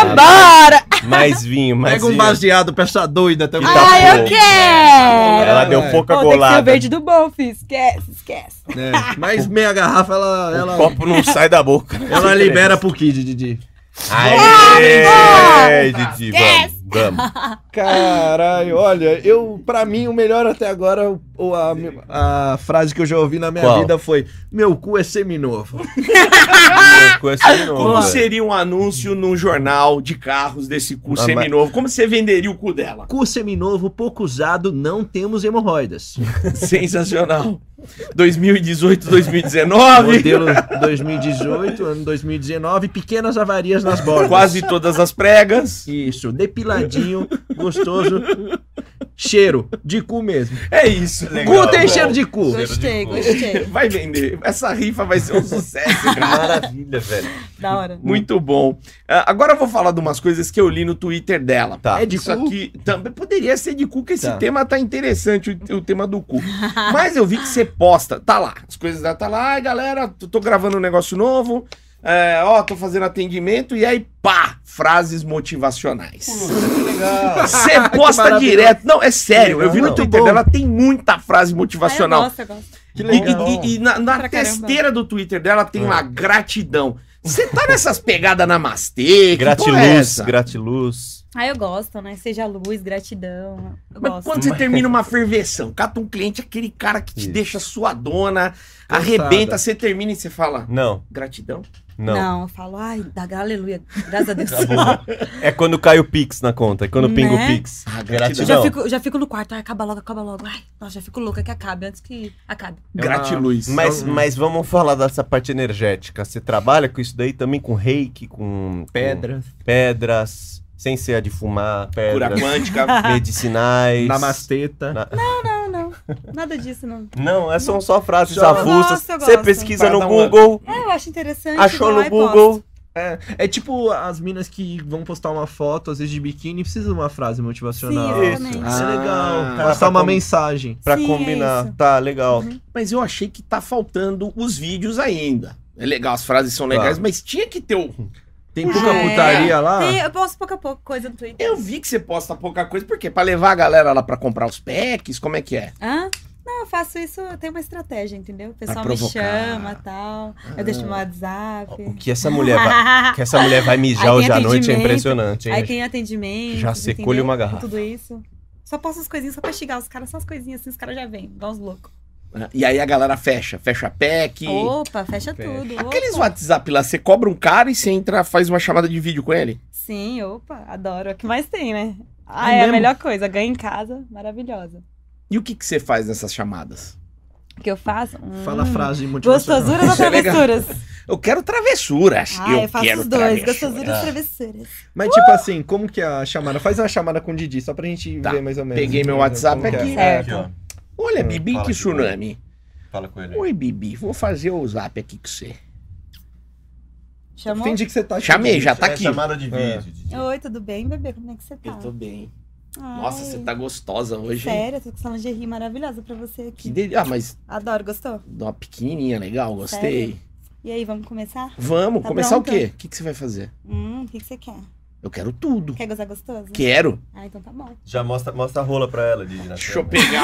Speaker 4: Vambora!
Speaker 2: Mais vinho, mais
Speaker 3: Pega um
Speaker 2: vinho.
Speaker 3: baseado pra essa doida também.
Speaker 2: Que tá
Speaker 4: Ai, eu
Speaker 2: bom.
Speaker 4: quero!
Speaker 2: Ela deu pouca
Speaker 4: Pô, tem que ser o
Speaker 2: colada.
Speaker 4: verde do Bolf. Esquece, esquece.
Speaker 3: É, mas meia garrafa ela,
Speaker 2: Ah. O
Speaker 3: ela,
Speaker 2: copo tá não sai da boca.
Speaker 3: ela libera pro Kid, Didi.
Speaker 2: Aê, Didi, vamos, vamos.
Speaker 3: Caralho, olha, eu, pra mim, o melhor até agora, ou a, a frase que eu já ouvi na minha
Speaker 2: Qual?
Speaker 3: vida foi: Meu cu é seminovo.
Speaker 2: Meu cu é
Speaker 4: Ah!
Speaker 2: seminovo,
Speaker 1: Como
Speaker 2: velho.
Speaker 1: seria um anúncio num jornal de carros desse cu
Speaker 2: Ah,
Speaker 1: seminovo? Como você venderia o cu dela?
Speaker 3: Cu seminovo, pouco usado, não temos hemorroidas.
Speaker 1: Sensacional. 2018, 2019.
Speaker 3: Modelo 2018, ano 2019, pequenas avarias nas bordas.
Speaker 1: Quase todas as pregas.
Speaker 3: Isso, depiladinho, gostoso. Cheiro, de cu mesmo.
Speaker 1: É isso.
Speaker 2: Legal,
Speaker 3: cu
Speaker 2: bom.
Speaker 3: tem cheiro de cu.
Speaker 2: Cheiro de
Speaker 4: Gostei,
Speaker 2: cu.
Speaker 4: gostei.
Speaker 1: Vai vender. Essa rifa vai ser um sucesso.
Speaker 2: Que Maravilha, velho.
Speaker 4: Da hora.
Speaker 1: Muito bom. Ah, agora eu vou falar de umas coisas que eu li no Twitter dela.
Speaker 2: Tá.
Speaker 3: É de
Speaker 1: Isso
Speaker 3: cu?
Speaker 1: aqui também poderia ser de cu, que esse
Speaker 3: Tá.
Speaker 1: tema tá interessante, o, o tema do cu. Mas eu vi que você posta, tá lá, as coisas dela tá lá, ai galera, tô, tô gravando um negócio novo, é, ó, tô fazendo atendimento, e aí pá, frases motivacionais.
Speaker 2: Legal.
Speaker 1: Você
Speaker 3: Hum. Que
Speaker 1: posta
Speaker 3: maravilhoso.
Speaker 1: direto, não, é sério, eu vi no
Speaker 3: Muito
Speaker 1: Twitter
Speaker 3: bom. É,
Speaker 1: dela, tem muita frase
Speaker 4: Ah,
Speaker 1: motivacional.
Speaker 4: eu gosto, eu gosto.
Speaker 3: Que
Speaker 1: E- E, e- e na, na
Speaker 4: Pra
Speaker 1: testeira do Twitter dela tem
Speaker 3: Ah.
Speaker 1: lá gratidão. Você tá nessas pegadas namastê, que porra é
Speaker 2: Gratiluz,
Speaker 1: essa?
Speaker 2: gratiluz.
Speaker 4: Ah, eu gosto, né? Seja luz, gratidão. Eu
Speaker 1: Mas
Speaker 4: gosto.
Speaker 1: quando você termina uma ferveção, cata um cliente, aquele cara que te
Speaker 2: Isso.
Speaker 1: deixa suadona,
Speaker 3: Cansada.
Speaker 1: arrebenta, você termina e você fala,
Speaker 2: Não,
Speaker 1: gratidão.
Speaker 2: não.
Speaker 4: Não. eu falo, ai, da aleluia, graças a Deus.
Speaker 2: Tá bom. É quando cai o Pix na conta, é quando pinga o
Speaker 4: Né?
Speaker 2: Pix.
Speaker 1: Ah,
Speaker 4: Eu
Speaker 2: gratidão. É
Speaker 4: já
Speaker 2: Não.
Speaker 4: fico, já fico no quarto, ai, acaba logo, acaba logo. Ai, nossa, já fico louca que acabe antes que acabe.
Speaker 1: Gratiluz. É
Speaker 2: Mas, mas vamos falar dessa parte energética. Você trabalha com isso daí também com reiki, com
Speaker 3: Pedra.
Speaker 2: com pedras, sem ser a de fumar,
Speaker 1: Cura
Speaker 2: pedras
Speaker 1: quântica.
Speaker 2: medicinais.
Speaker 3: Namasteta.
Speaker 2: Na-
Speaker 4: Não, não, nada disso, não.
Speaker 2: Não, essas são só frases
Speaker 3: Só-
Speaker 2: avulsas.
Speaker 4: Nossa, eu
Speaker 2: Você
Speaker 4: gosto.
Speaker 2: pesquisa
Speaker 1: Pra
Speaker 2: no
Speaker 1: dar uma-
Speaker 2: Google,
Speaker 4: É, eu acho interessante.
Speaker 2: achou
Speaker 4: vou
Speaker 2: no
Speaker 4: lá e
Speaker 2: Google.
Speaker 4: posto.
Speaker 3: É tipo as minas que vão postar uma foto, às vezes de biquíni, precisa de uma frase motivacional.
Speaker 4: Sim,
Speaker 2: Isso.
Speaker 4: exatamente.
Speaker 1: Ah,
Speaker 3: É legal.
Speaker 1: tá,
Speaker 3: Passar
Speaker 2: pra
Speaker 3: uma
Speaker 2: com-
Speaker 3: mensagem.
Speaker 2: Pra
Speaker 4: Sim, é
Speaker 2: combinar.
Speaker 4: isso. Uhum.
Speaker 2: tá, legal.
Speaker 1: mas eu achei que tá faltando os vídeos ainda. É legal, as frases são legais,
Speaker 2: Tá.
Speaker 1: mas tinha que ter o...
Speaker 3: Tem
Speaker 4: Ah,
Speaker 3: pouca
Speaker 4: é.
Speaker 3: putaria lá?
Speaker 4: Tem- eu posto pouco a pouco coisa no Twitter.
Speaker 1: Eu vi que você posta pouca coisa, por quê? Pra levar a galera lá pra comprar os packs, como é que é?
Speaker 4: Hã? Não, eu faço isso, eu tenho uma estratégia, entendeu? O pessoal me
Speaker 1: provocar. Ah.
Speaker 4: chama e tal. É, Eu deixo meu WhatsApp.
Speaker 2: O que essa mulher vai, o que essa mulher vai mijar
Speaker 4: Aí
Speaker 2: hoje
Speaker 4: tem
Speaker 2: à noite é
Speaker 4: atendimento,
Speaker 2: impressionante, hein?
Speaker 4: Aí tem atendimento.
Speaker 2: Já secou-lhe
Speaker 4: entendeu?
Speaker 2: uma garrafa.
Speaker 4: Tudo isso. Só posto as coisinhas só pra xingar os caras, só as coisinhas assim, os caras já vêm, igual os loucos.
Speaker 1: ah. E aí a galera fecha, fecha pack...
Speaker 4: Opa, fecha
Speaker 2: Fecha.
Speaker 4: tudo.
Speaker 1: Aqueles
Speaker 4: opa.
Speaker 1: WhatsApp lá, você cobra um cara e você entra, faz uma chamada de vídeo com ele?
Speaker 4: Sim, opa, adoro. É O que mais tem, né?
Speaker 3: É
Speaker 4: Ah, é, a
Speaker 3: mesmo?
Speaker 4: melhor coisa. Ganha em casa, maravilhosa.
Speaker 1: E o que que você faz nessas chamadas?
Speaker 4: O que eu faço? Hum,
Speaker 3: Fala a frase motivacional.
Speaker 4: Gostosuras ou
Speaker 1: Isso é legal.
Speaker 4: travessuras?
Speaker 1: Eu quero travessuras.
Speaker 4: Ah, eu, faço
Speaker 1: quero
Speaker 4: os dois.
Speaker 1: travessuras.
Speaker 4: Gostosuras e travessuras.
Speaker 3: Mas tipo assim, como que é a chamada? Faz uma chamada com o Didi, só pra gente
Speaker 1: Tá,
Speaker 3: ver mais ou menos.
Speaker 1: peguei meu WhatsApp
Speaker 3: Como que é?
Speaker 1: aqui.
Speaker 4: Certo.
Speaker 1: Olha, Bibi
Speaker 2: Fala aqui,
Speaker 1: Tsunami.
Speaker 2: Fala com ele.
Speaker 1: Oi, Bibi, vou fazer o zap aqui com você.
Speaker 4: Chamou?
Speaker 3: Entendi que você tá
Speaker 1: Chamei, já tá aqui.
Speaker 2: É de
Speaker 3: vídeo,
Speaker 4: Oi, tudo bem, bebê? Como é que você tá?
Speaker 1: bem.
Speaker 4: Ai,
Speaker 1: Nossa, você tá gostosa hoje. hein?
Speaker 4: Sério, eu tô com essa lingerie maravilhosa pra você
Speaker 1: Que
Speaker 4: aqui.
Speaker 1: delícia. Ah, mas
Speaker 4: Adoro, gostou?
Speaker 1: dá uma pequenininha legal, gostei.
Speaker 4: E aí, vamos começar?
Speaker 1: Vamos,
Speaker 4: Tá
Speaker 1: começar
Speaker 4: pronta?
Speaker 1: o quê? O que, que você vai fazer?
Speaker 4: Hum, o que, que você quer?
Speaker 1: Eu quero tudo.
Speaker 4: Quer gozar gostoso?
Speaker 1: Quero.
Speaker 4: Ah, então tá bom.
Speaker 2: Já mostra, mostra a rola pra ela, Didi. na câmera.
Speaker 1: pegar,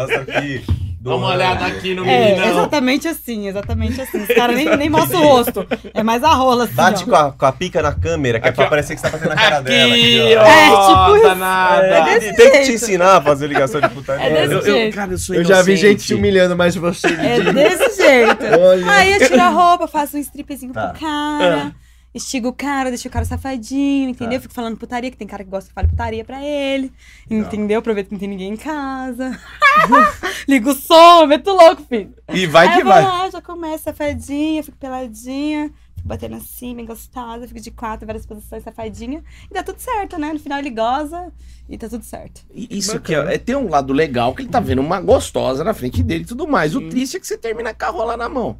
Speaker 2: Mostra aqui.
Speaker 1: dá uma olhada aqui no
Speaker 4: É,
Speaker 1: meio.
Speaker 4: exatamente assim, exatamente assim. Os caras nem, nem mostram o rosto. É mais a rola, assim.
Speaker 2: Bate
Speaker 4: ó.
Speaker 2: com a, com a pica na câmera, que é
Speaker 1: Aqui,
Speaker 2: pra
Speaker 1: ó.
Speaker 2: parecer que você tá fazendo a cara dela.
Speaker 1: Aqui,
Speaker 2: Aqui,
Speaker 1: ó.
Speaker 2: ó.
Speaker 4: É, tipo isso.
Speaker 1: danada.
Speaker 4: É
Speaker 2: Didi,
Speaker 4: desse
Speaker 2: tem que te
Speaker 4: jeito.
Speaker 2: ensinar a fazer ligação de putaria. Ah,
Speaker 4: É desse
Speaker 1: Eu, eu,
Speaker 4: jeito.
Speaker 1: cara, eu sou
Speaker 3: Eu já vi gente se
Speaker 1: inocente.
Speaker 3: humilhando, mas você,
Speaker 4: É
Speaker 3: Didi.
Speaker 4: desse jeito.
Speaker 3: Olha.
Speaker 4: Aí eu tiro a roupa, faço um stripzinho
Speaker 2: Tá.
Speaker 1: Ah.
Speaker 4: pro cara. Estiga o cara, deixa o cara safadinho, entendeu?
Speaker 1: Tá.
Speaker 4: Fico falando putaria, que tem cara que gosta que fala putaria pra ele. Entendeu? Aproveito que não tem ninguém em casa. Ligo o som, meto louco, filho.
Speaker 1: E vai
Speaker 4: Aí
Speaker 1: que
Speaker 4: eu vou
Speaker 1: vai.
Speaker 4: lá, já começo safadinha, fico peladinha, fico batendo assim, bem gostosa, fico de quatro, várias posições, safadinha. E dá tudo certo, né? No final ele goza e tá tudo certo.
Speaker 1: E Isso que é, é- tem um lado legal que ele tá vendo uma gostosa na frente dele e tudo mais. O triste é que você termina com a rola na mão.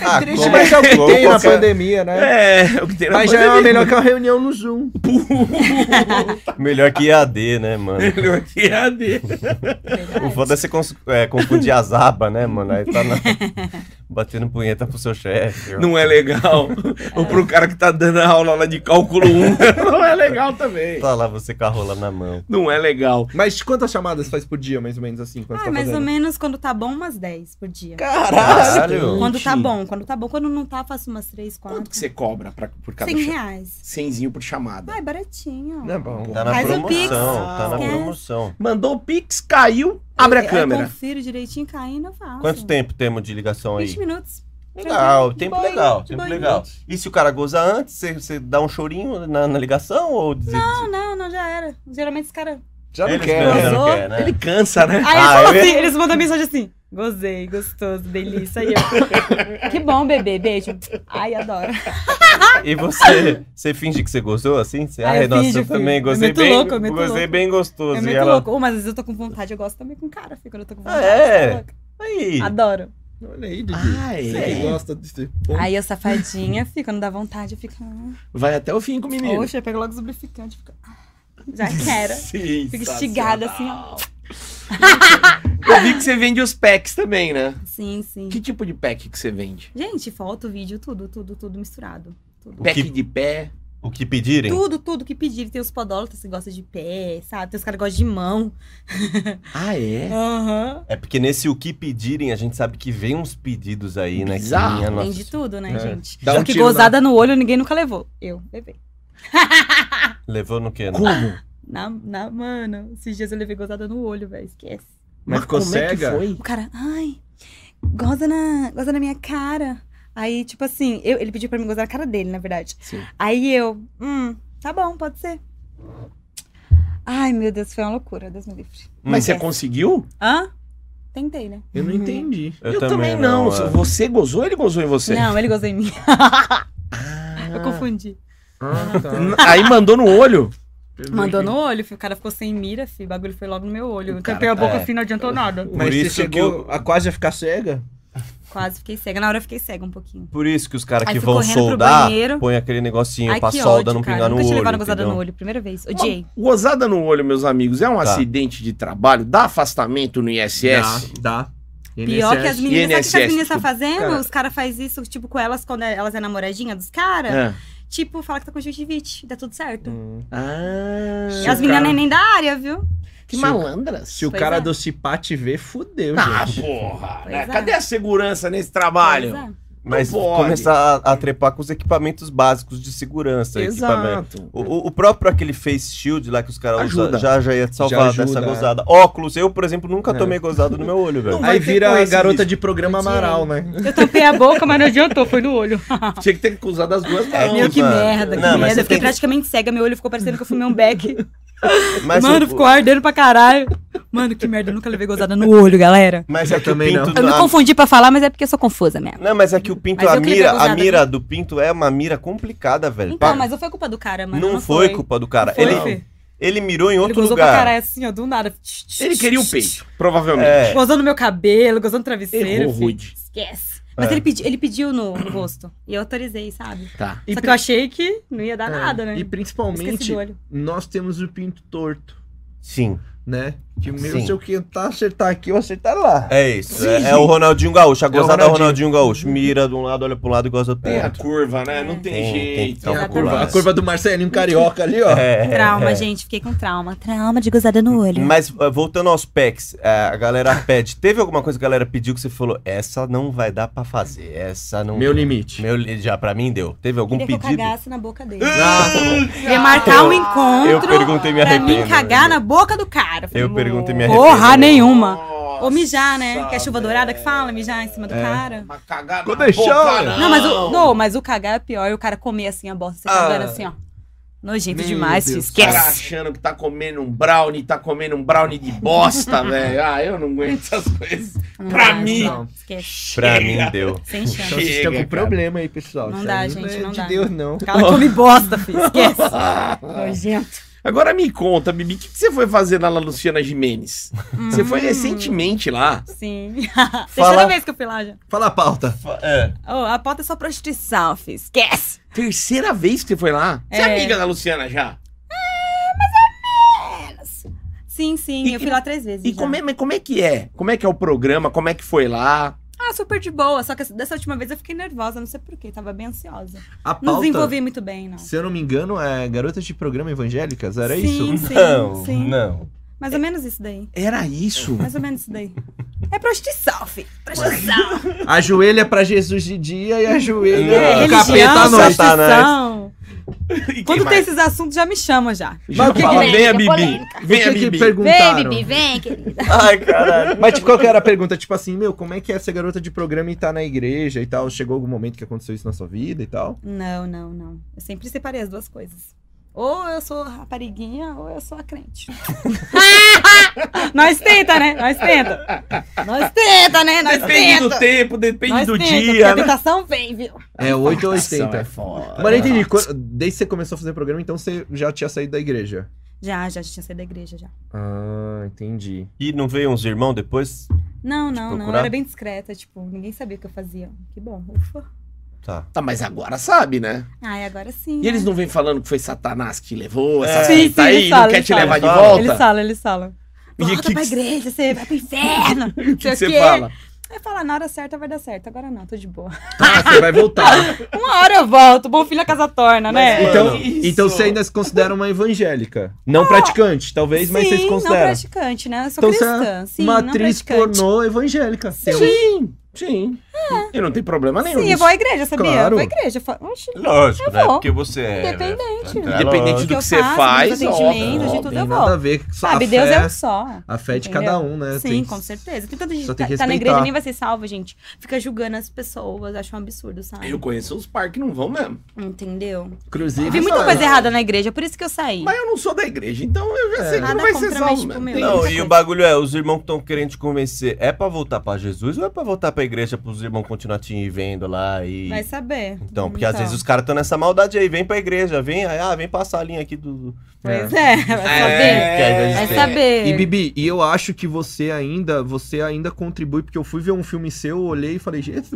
Speaker 3: Ah,
Speaker 2: triste,
Speaker 3: como-
Speaker 2: mas é o que
Speaker 3: como
Speaker 2: tem na
Speaker 3: qualquer- pandemia, né?
Speaker 1: É, o que tem na
Speaker 3: Mas já é
Speaker 1: pandemia.
Speaker 3: melhor que uma reunião no Zoom.
Speaker 2: Melhor que EAD, né, mano?
Speaker 1: Melhor que EAD.
Speaker 2: O foda é você cons- é, confundir as abas, né, mano? Aí tá na... batendo punheta pro seu chefe. ó.
Speaker 1: Não é legal. Ou pro cara que tá dando a aula lá de cálculo 1. Não é legal também.
Speaker 2: Tá lá você com a rola na mão.
Speaker 1: Não é legal.
Speaker 3: Mas quantas chamadas faz por dia, mais ou menos, assim, quando você
Speaker 4: Ah,
Speaker 3: tá
Speaker 4: mais ou
Speaker 3: fazendo?
Speaker 4: menos quando tá bom, umas 10 por dia.
Speaker 2: Caralho!
Speaker 4: Quando tá bom, quando tá bom. Quando não tá, faço umas 3, 4.
Speaker 1: Quanto que você cobra pra, por cada
Speaker 4: 100
Speaker 1: cha-
Speaker 4: reais.
Speaker 1: 100zinho por chamada.
Speaker 4: Ai, baratinho.
Speaker 3: Não é bom.
Speaker 2: Tá na
Speaker 4: Faz o Pix.
Speaker 2: promoção, tá na
Speaker 4: Esquece.
Speaker 2: promoção.
Speaker 1: Mandou o Pix, caiu, abre
Speaker 4: Eu-
Speaker 1: a
Speaker 4: Eu
Speaker 1: câmera.
Speaker 4: confiro direitinho, caindo, eu faço.
Speaker 2: Quanto tempo temos de ligação aí?
Speaker 4: 20 minutos.
Speaker 2: Legal,
Speaker 4: Tranquilo.
Speaker 2: tempo
Speaker 4: Boa
Speaker 2: legal,
Speaker 4: noite,
Speaker 2: tempo
Speaker 4: boa
Speaker 2: legal.
Speaker 4: noite.
Speaker 2: E se o cara goza antes, você- você dá um chorinho na, na ligação ou dizer?
Speaker 4: Não, não, não, já era. Geralmente os caras...
Speaker 3: Já não
Speaker 2: Eles
Speaker 3: quero.
Speaker 2: não,
Speaker 4: né?
Speaker 2: não quer, né?
Speaker 1: Ele cansa, né?
Speaker 4: Aí
Speaker 2: Ah,
Speaker 4: eles, falam
Speaker 2: eu ia-
Speaker 4: assim, eles mandam mensagem assim. Gozei, gostoso, delícia. E eu. que bom, bebê, beijo. Ai, adoro. É
Speaker 2: E você, você finge que você gozou assim? Você,
Speaker 4: Ah, eu
Speaker 2: ai, nossa,
Speaker 4: finjo,
Speaker 2: eu também
Speaker 4: finjo.
Speaker 2: gozei
Speaker 4: Eu meto
Speaker 2: bem,
Speaker 4: louco, eu meto
Speaker 2: gozei
Speaker 4: louco.
Speaker 2: bem
Speaker 4: É
Speaker 2: gostoso.
Speaker 4: muito
Speaker 2: e ela,
Speaker 4: louco. Ou, mas às vezes eu tô com vontade, eu gosto também com cara. Fico quando eu tô com
Speaker 2: Ah,
Speaker 4: vontade.
Speaker 2: é?
Speaker 4: tá louca.
Speaker 2: aí,
Speaker 4: Adoro.
Speaker 3: Olha aí, Didi.
Speaker 1: Ah,
Speaker 3: Você
Speaker 1: é.
Speaker 3: que gosta desse ponto.
Speaker 4: Aí eu safadinha, fico, quando dá vontade, eu fico. ah,
Speaker 1: Vai até o fim com o menino.
Speaker 4: Poxa, eu pego logo os lubrificantes. Fico, ah, já quero. Fico estigada assim, ó.
Speaker 1: Eu vi que você vende os packs também, né?
Speaker 4: Sim, sim.
Speaker 1: Que tipo de pack que você vende?
Speaker 4: Gente, foto, vídeo, tudo, tudo, tudo misturado. Tudo.
Speaker 2: O
Speaker 1: Pack
Speaker 2: que-
Speaker 1: de pé.
Speaker 2: o que pedirem?
Speaker 4: Tudo, tudo que pedir. Tem os podólatras que gostam de pé, sabe? Tem os caras que gostam de mão.
Speaker 1: Ah, é?
Speaker 4: Aham.
Speaker 2: É porque nesse o que pedirem, a gente sabe que vem uns pedidos aí, né? que
Speaker 1: Bizarro.
Speaker 2: minha
Speaker 4: Tem
Speaker 2: nossa-
Speaker 4: de tudo, né,
Speaker 3: É.
Speaker 4: gente?
Speaker 3: Dá
Speaker 4: Só
Speaker 3: um
Speaker 4: que
Speaker 3: tiro na-
Speaker 4: gozada no olho ninguém nunca levou. Eu levei.
Speaker 2: Levou no quê? né?
Speaker 1: Como?
Speaker 4: Na, na, mano, esses dias eu levei gozada no olho, velho. Esquece.
Speaker 3: Mas ficou
Speaker 1: como é que
Speaker 3: cega?
Speaker 1: foi?
Speaker 4: O cara, ai, goza na, goza na minha cara. Aí, tipo assim, eu- ele pediu pra mim gozar na cara dele, na verdade.
Speaker 1: Sim.
Speaker 4: Aí eu, hum, tá bom, pode ser. Ai, meu Deus, foi uma loucura, Deus me livre. É.
Speaker 1: Mas você
Speaker 4: Esquece.
Speaker 1: conseguiu?
Speaker 4: Hã? Tentei, né?
Speaker 3: Eu não entendi.
Speaker 2: Eu, também, não.
Speaker 1: Se
Speaker 2: é.
Speaker 1: Você gozou, ele gozou em você.
Speaker 4: Não, ele gozou em mim. Eu confundi.
Speaker 3: Ah, tá.
Speaker 1: N- Aí mandou no olho.
Speaker 4: Mandou no olho, fi, o cara ficou sem mira, fi, o bagulho foi logo no meu olho. Eu
Speaker 1: cara
Speaker 4: Tampei a boca,
Speaker 2: é.
Speaker 4: fi, não adiantou nada.
Speaker 2: Por
Speaker 3: Mas você
Speaker 2: isso que
Speaker 3: chegou a quase a ficar cega?
Speaker 4: Quase fiquei cega. Na hora eu fiquei cega um pouquinho.
Speaker 2: Por isso que os caras
Speaker 4: Aí
Speaker 2: que
Speaker 4: fui
Speaker 2: vão
Speaker 4: correndo pro
Speaker 2: soldar,
Speaker 4: banheiro.
Speaker 2: põe aquele negocinho
Speaker 4: Ai,
Speaker 2: pra
Speaker 4: que
Speaker 2: solda
Speaker 4: ódio,
Speaker 2: não
Speaker 4: cara.
Speaker 2: pingar no
Speaker 4: Nunca
Speaker 2: olho.
Speaker 4: tinha levado gozada
Speaker 2: entendeu?
Speaker 4: no olho, primeira vez. Odiei.
Speaker 1: Uma Gozada no olho, meus amigos, é um
Speaker 2: Tá.
Speaker 1: acidente de trabalho? Dá afastamento no ISS?
Speaker 3: Dá. dá.
Speaker 4: Pior
Speaker 2: é
Speaker 4: que as
Speaker 3: INSS.
Speaker 4: meninas, sabe o que
Speaker 1: INSS,
Speaker 4: as meninas tá
Speaker 1: desculpa.
Speaker 4: fazendo?
Speaker 3: Cara.
Speaker 4: Os caras fazem isso, tipo, com elas, quando elas é namoradinha dos caras.
Speaker 1: É.
Speaker 4: Tipo, fala que tá com conjuntivite, dá tudo certo.
Speaker 3: Hum.
Speaker 1: Ah,
Speaker 4: E
Speaker 3: Se
Speaker 4: as
Speaker 3: o
Speaker 4: meninas
Speaker 3: cara-
Speaker 4: nem, nem da área, viu?
Speaker 1: que
Speaker 3: se o-
Speaker 1: malandras.
Speaker 3: Se o
Speaker 4: Pois
Speaker 3: cara
Speaker 4: é.
Speaker 3: do Cipá te ver, fudeu,
Speaker 2: Tá,
Speaker 1: Ah,
Speaker 3: gente.
Speaker 1: porra. né?
Speaker 4: Pois é.
Speaker 1: Cadê a segurança nesse trabalho?
Speaker 4: Pois é.
Speaker 2: Mas
Speaker 1: Não pode.
Speaker 2: começar a, a trepar com os equipamentos básicos de segurança. equipamento.
Speaker 1: Exato.
Speaker 2: O, o- o próprio aquele face shield lá que os caras
Speaker 1: Ajuda.
Speaker 2: usam já, já ia te salvar
Speaker 3: Já ajuda,
Speaker 2: dessa
Speaker 3: é.
Speaker 2: gozada. Óculos, eu, por exemplo, nunca
Speaker 3: É.
Speaker 2: tomei gozada no meu olho, velho.
Speaker 1: Não.
Speaker 3: Aí
Speaker 1: vai ter
Speaker 3: vira a
Speaker 1: coisa
Speaker 3: garota
Speaker 1: nisso.
Speaker 3: de programa Amaral, né?
Speaker 4: Eu tampei a boca, mas não adiantou, foi no olho.
Speaker 1: Tinha que ter que usar das duas mãos.
Speaker 4: Meu, que
Speaker 2: É mano.
Speaker 4: merda, que
Speaker 2: Não, mas
Speaker 4: merda.
Speaker 2: você
Speaker 4: Eu fiquei
Speaker 2: tem-
Speaker 4: praticamente cega, meu olho ficou parecendo que eu fumei um beck.
Speaker 2: Mas
Speaker 4: Mano,
Speaker 2: o-
Speaker 4: ficou ardendo pra caralho. Mano, que merda, eu nunca levei gozada no olho, galera.
Speaker 2: Mas é que
Speaker 3: também
Speaker 2: o
Speaker 3: não.
Speaker 2: pinto
Speaker 4: Eu me
Speaker 2: a-
Speaker 4: confundi pra falar, mas é porque eu sou confusa mesmo.
Speaker 2: Não, mas é que o pinto,
Speaker 4: Mas
Speaker 2: a
Speaker 4: eu queria
Speaker 2: mira,
Speaker 4: ter
Speaker 2: a
Speaker 4: gozado,
Speaker 2: mira do pinto é uma mira complicada, velho.
Speaker 4: Então,
Speaker 2: Pá,
Speaker 4: mas não foi culpa do cara, mano.
Speaker 2: não, foi culpa do cara.
Speaker 4: Foi,
Speaker 2: ele,
Speaker 4: fi.
Speaker 2: ele mirou em
Speaker 4: Ele
Speaker 2: outro
Speaker 4: gozou pra
Speaker 2: lugar.
Speaker 4: caralho assim, ó, do nada.
Speaker 1: Ele queria o peito, provavelmente.
Speaker 2: É.
Speaker 4: Gozou no meu cabelo, gozou no travesseiro.
Speaker 1: Errou,
Speaker 4: filho.
Speaker 1: rude.
Speaker 4: Esquece. Mas
Speaker 2: É.
Speaker 4: ele, pedi, ele pediu no no rosto. E eu autorizei, sabe?
Speaker 1: Tá.
Speaker 3: E
Speaker 4: Só que
Speaker 3: pri-
Speaker 4: eu achei que não ia dar
Speaker 3: é,
Speaker 4: nada, né?
Speaker 3: E
Speaker 4: Esqueci
Speaker 3: principalmente,
Speaker 4: do olho.
Speaker 3: nós temos o pinto torto,
Speaker 2: Sim,
Speaker 3: né? Que meu,
Speaker 2: Sim.
Speaker 3: se eu tentar acertar aqui, eu acertar lá.
Speaker 2: é isso.
Speaker 1: Sim,
Speaker 2: é, é
Speaker 1: sim.
Speaker 2: o Ronaldinho Gaúcho. A
Speaker 3: o
Speaker 2: gozada é o Ronaldinho
Speaker 3: Ronaldinho.
Speaker 2: Gaúcho. Mira de um lado, olha pro lado e goza do
Speaker 1: Tem a
Speaker 2: outro.
Speaker 1: curva, né? Não tem,
Speaker 2: Tem, tem
Speaker 1: jeito.
Speaker 2: que
Speaker 4: Tem a um
Speaker 2: calcular.
Speaker 3: A curva do Marcelinho um Carioca ali, ó.
Speaker 2: É,
Speaker 4: Trauma, gente. Fiquei com trauma. Trauma de gozada no olho.
Speaker 2: Mas eh, voltando aos packs, eh, a galera pede. Teve alguma coisa que a galera pediu que você falou, essa não vai dar pra fazer, essa não.
Speaker 3: Meu limite.
Speaker 2: Meu li- já pra mim deu. Teve algum
Speaker 4: Queria que eu
Speaker 2: pedido?
Speaker 4: cagasse na boca dele.
Speaker 3: Ah, tá bom.
Speaker 4: Queria marcar um encontro
Speaker 2: Eu perguntei e me
Speaker 4: pra mim
Speaker 2: arrependo.
Speaker 4: cagar na boca do cara.
Speaker 2: Eu
Speaker 4: falei,
Speaker 2: perguntei e me arrependo.
Speaker 4: Porra nenhuma.
Speaker 1: Nossa,
Speaker 4: Ou mijar, né? Que é chuva dourada que
Speaker 1: velho.
Speaker 4: fala, mijar em cima do
Speaker 3: É.
Speaker 4: cara.
Speaker 1: Mas cagar
Speaker 3: Quando
Speaker 1: na
Speaker 3: é
Speaker 1: boca,
Speaker 3: chão,
Speaker 1: não.
Speaker 4: Não, mas o, não, mas o cagar é pior. E o cara comer assim a bosta, você
Speaker 2: Ah.
Speaker 4: cagando assim, ó. Nojento
Speaker 3: Meu
Speaker 4: demais,
Speaker 3: Deus.
Speaker 4: filho.
Speaker 1: O cara
Speaker 4: Esquece.
Speaker 1: achando que tá comendo um brownie, tá comendo um brownie de bosta, velho. Ah, eu não aguento essas coisas.
Speaker 4: Não
Speaker 1: pra
Speaker 4: dá,
Speaker 1: mim.
Speaker 4: não. Esquece.
Speaker 2: Pra mim deu.
Speaker 4: Sem
Speaker 3: Então
Speaker 4: chance.
Speaker 1: Chega,
Speaker 3: vocês estão com
Speaker 1: cara.
Speaker 3: problema aí, pessoal.
Speaker 4: Não
Speaker 3: Isso
Speaker 4: dá,
Speaker 3: aí
Speaker 4: gente,
Speaker 3: é
Speaker 4: não
Speaker 3: de
Speaker 4: dá.
Speaker 3: Deus, não.
Speaker 4: O cara come bosta, filho. Esquece. Nojento.
Speaker 1: Ah. Agora me conta, Bibi, o que, que você foi fazer na La Luciana Jimenez? Você
Speaker 4: Hum.
Speaker 1: foi recentemente lá.
Speaker 4: Sim.
Speaker 2: Fala-
Speaker 4: Terceira vez que eu fui lá já.
Speaker 3: Fala a pauta.
Speaker 2: É.
Speaker 4: Ô, a pauta é só prostituição, filho. Esquece.
Speaker 1: Terceira vez que você foi lá? Você é
Speaker 4: É.
Speaker 1: amiga da Luciana já?
Speaker 4: Sim, sim.
Speaker 1: E-
Speaker 4: eu fui lá três vezes.
Speaker 1: E
Speaker 4: já.
Speaker 1: como é, mas como é que é? Como é que é o programa? Como é que foi lá?
Speaker 4: Ah, super de boa. Só que essa- dessa última vez eu fiquei nervosa, não sei porquê. Tava bem ansiosa.
Speaker 3: A
Speaker 4: Não
Speaker 3: pauta,
Speaker 4: desenvolvi muito bem, não.
Speaker 3: se eu não me engano, é garotas de programa evangélicas, era
Speaker 4: sim,
Speaker 3: isso?
Speaker 4: Sim,
Speaker 2: Não,
Speaker 4: sim.
Speaker 2: não.
Speaker 4: Mais
Speaker 1: É.
Speaker 4: ou menos isso daí.
Speaker 1: Era isso?
Speaker 4: Mais ou menos isso daí. É prostituição, filho. Prostituição.
Speaker 3: Ajoelha pra Jesus de dia e ajoelha
Speaker 2: É,
Speaker 3: pro
Speaker 2: religião,
Speaker 3: capeta né? à noite.
Speaker 2: Satanás.
Speaker 4: prostituição.
Speaker 1: E quem
Speaker 4: Quando tem
Speaker 1: mais?
Speaker 4: esses assuntos, já me chama já.
Speaker 1: Já
Speaker 3: Mas o que que-
Speaker 1: fala, vem a Bibi.
Speaker 5: polêmica.
Speaker 1: Vem a
Speaker 3: O que que
Speaker 1: Bibi.
Speaker 5: Vem,
Speaker 3: perguntaram?
Speaker 5: Bibi, vem, querida.
Speaker 2: Ai, caralho.
Speaker 3: Mas tipo, qual que era a pergunta? Tipo assim, meu, como é que é ser garota de programa e tá na igreja e tal? Chegou algum momento que aconteceu isso na sua vida e tal?
Speaker 4: Não, não, não. Eu sempre separei as duas coisas. Ou eu sou rapariguinha, ou eu sou a crente. Nós tenta, né? Nós tenta. Nós tenta, né? Nós
Speaker 1: Depende do
Speaker 4: tenta.
Speaker 1: tempo, depende
Speaker 4: Nós
Speaker 1: do
Speaker 4: tenta, porque
Speaker 1: dia.
Speaker 4: a
Speaker 1: né?
Speaker 4: tentação vem, viu?
Speaker 3: É 8 ou 80.
Speaker 4: né?
Speaker 1: foda.
Speaker 3: Mas eu entendi, quando- desde que você começou a fazer programa, então você já tinha saído da igreja.
Speaker 4: Já, já, já tinha saído da igreja, já.
Speaker 3: Ah, entendi.
Speaker 2: E não veio uns irmãos depois?
Speaker 4: Não, não, não. Eu
Speaker 2: procurar?
Speaker 4: era bem discreta, tipo, ninguém sabia o que eu fazia. Que bom, ufa.
Speaker 2: Tá.
Speaker 1: Tá, mas agora sabe, né?
Speaker 4: Ai, agora sim.
Speaker 1: E eles
Speaker 4: né?
Speaker 1: não vêm falando que foi Satanás que levou
Speaker 2: É.
Speaker 1: essa
Speaker 2: Sim,
Speaker 1: fita
Speaker 4: sim,
Speaker 1: aí,
Speaker 4: eles
Speaker 1: não
Speaker 4: falam,
Speaker 1: quer
Speaker 4: eles
Speaker 1: te levar de
Speaker 2: falam.
Speaker 1: volta?
Speaker 4: Eles falam, eles falam.
Speaker 1: E o
Speaker 4: Volta
Speaker 1: que
Speaker 4: pra
Speaker 1: que-
Speaker 4: igreja, você vai pro inferno.
Speaker 1: O que, que você
Speaker 4: quê.
Speaker 1: fala?
Speaker 4: Aí fala, na hora certa vai dar certo. Agora não, tô de boa.
Speaker 3: Tá, você vai voltar.
Speaker 4: Uma hora eu volto, bom filho a casa torna, né?
Speaker 2: Mas,
Speaker 3: Então,
Speaker 2: Mano.
Speaker 3: então você ainda se considera uma evangélica. Não praticante, talvez, mas
Speaker 4: Ah, sim,
Speaker 3: você se
Speaker 4: não
Speaker 3: considera.
Speaker 4: praticante, né? Eu sou
Speaker 3: Então você
Speaker 4: cristã,
Speaker 3: é
Speaker 4: sim,
Speaker 3: uma
Speaker 4: não
Speaker 3: atriz
Speaker 4: praticante.
Speaker 3: pornô evangélica.
Speaker 1: Sim, sim. E não tem problema nenhum.
Speaker 4: É. Sim, eu
Speaker 1: nisso.
Speaker 4: vou à igreja, sabia?
Speaker 3: Claro.
Speaker 4: Eu vou à igreja. eu falo, Oxi,
Speaker 2: Lógico,
Speaker 4: Eu
Speaker 2: né?
Speaker 4: vou.
Speaker 2: Porque você é. né?
Speaker 4: Independente.
Speaker 2: É
Speaker 1: Independente
Speaker 2: lógico.
Speaker 1: do
Speaker 4: eu
Speaker 1: que você
Speaker 4: faço,
Speaker 1: faz,
Speaker 4: meus atendimentos,
Speaker 1: óbvio.
Speaker 4: de
Speaker 3: Não
Speaker 4: tudo
Speaker 3: tem
Speaker 4: eu
Speaker 3: nada a
Speaker 4: volto.
Speaker 3: ver. Só
Speaker 4: Sabe,
Speaker 3: a
Speaker 4: Deus
Speaker 3: fé,
Speaker 4: é um só.
Speaker 3: A fé de
Speaker 4: entendeu?
Speaker 3: cada um, né?
Speaker 4: Sim,
Speaker 3: Tem-
Speaker 4: com certeza. Tem tanta gente
Speaker 3: só
Speaker 4: que
Speaker 3: tem que
Speaker 4: tá, tá na
Speaker 3: respeitar.
Speaker 4: igreja e nem vai ser salva, gente. Fica julgando as pessoas, acho um absurdo, sabe?
Speaker 1: Eu conheço uns par que não vão mesmo.
Speaker 4: Entendeu?
Speaker 3: Inclusive.
Speaker 4: Eu vi muita
Speaker 3: sabe?
Speaker 4: coisa errada na igreja, por isso que eu saí.
Speaker 1: Mas eu não sou da igreja, então eu já
Speaker 3: É.
Speaker 1: sei que não
Speaker 4: Nada
Speaker 1: vai ser
Speaker 4: contra,
Speaker 1: salvo
Speaker 4: mas,
Speaker 1: mesmo.
Speaker 4: tipo, meu,
Speaker 1: Tem-
Speaker 2: Não,
Speaker 4: muita
Speaker 2: e
Speaker 4: coisa.
Speaker 2: o bagulho é, os irmãos que estão querendo te convencer, é pra voltar pra Jesus ou é pra voltar pra igreja pros irmãos continuar te vendo lá e...
Speaker 4: Vai saber.
Speaker 2: Então, porque às vezes os caras estão nessa maldade aí, vem pra igreja, vem, aí, ah, vem passar a linha aqui do...
Speaker 4: Pois é, vai saber.
Speaker 1: É.
Speaker 4: Vai
Speaker 2: Sim.
Speaker 4: saber.
Speaker 3: E Bibi, e eu acho que você ainda, você ainda contribui, porque eu fui ver um filme seu, eu olhei e falei, Jesus.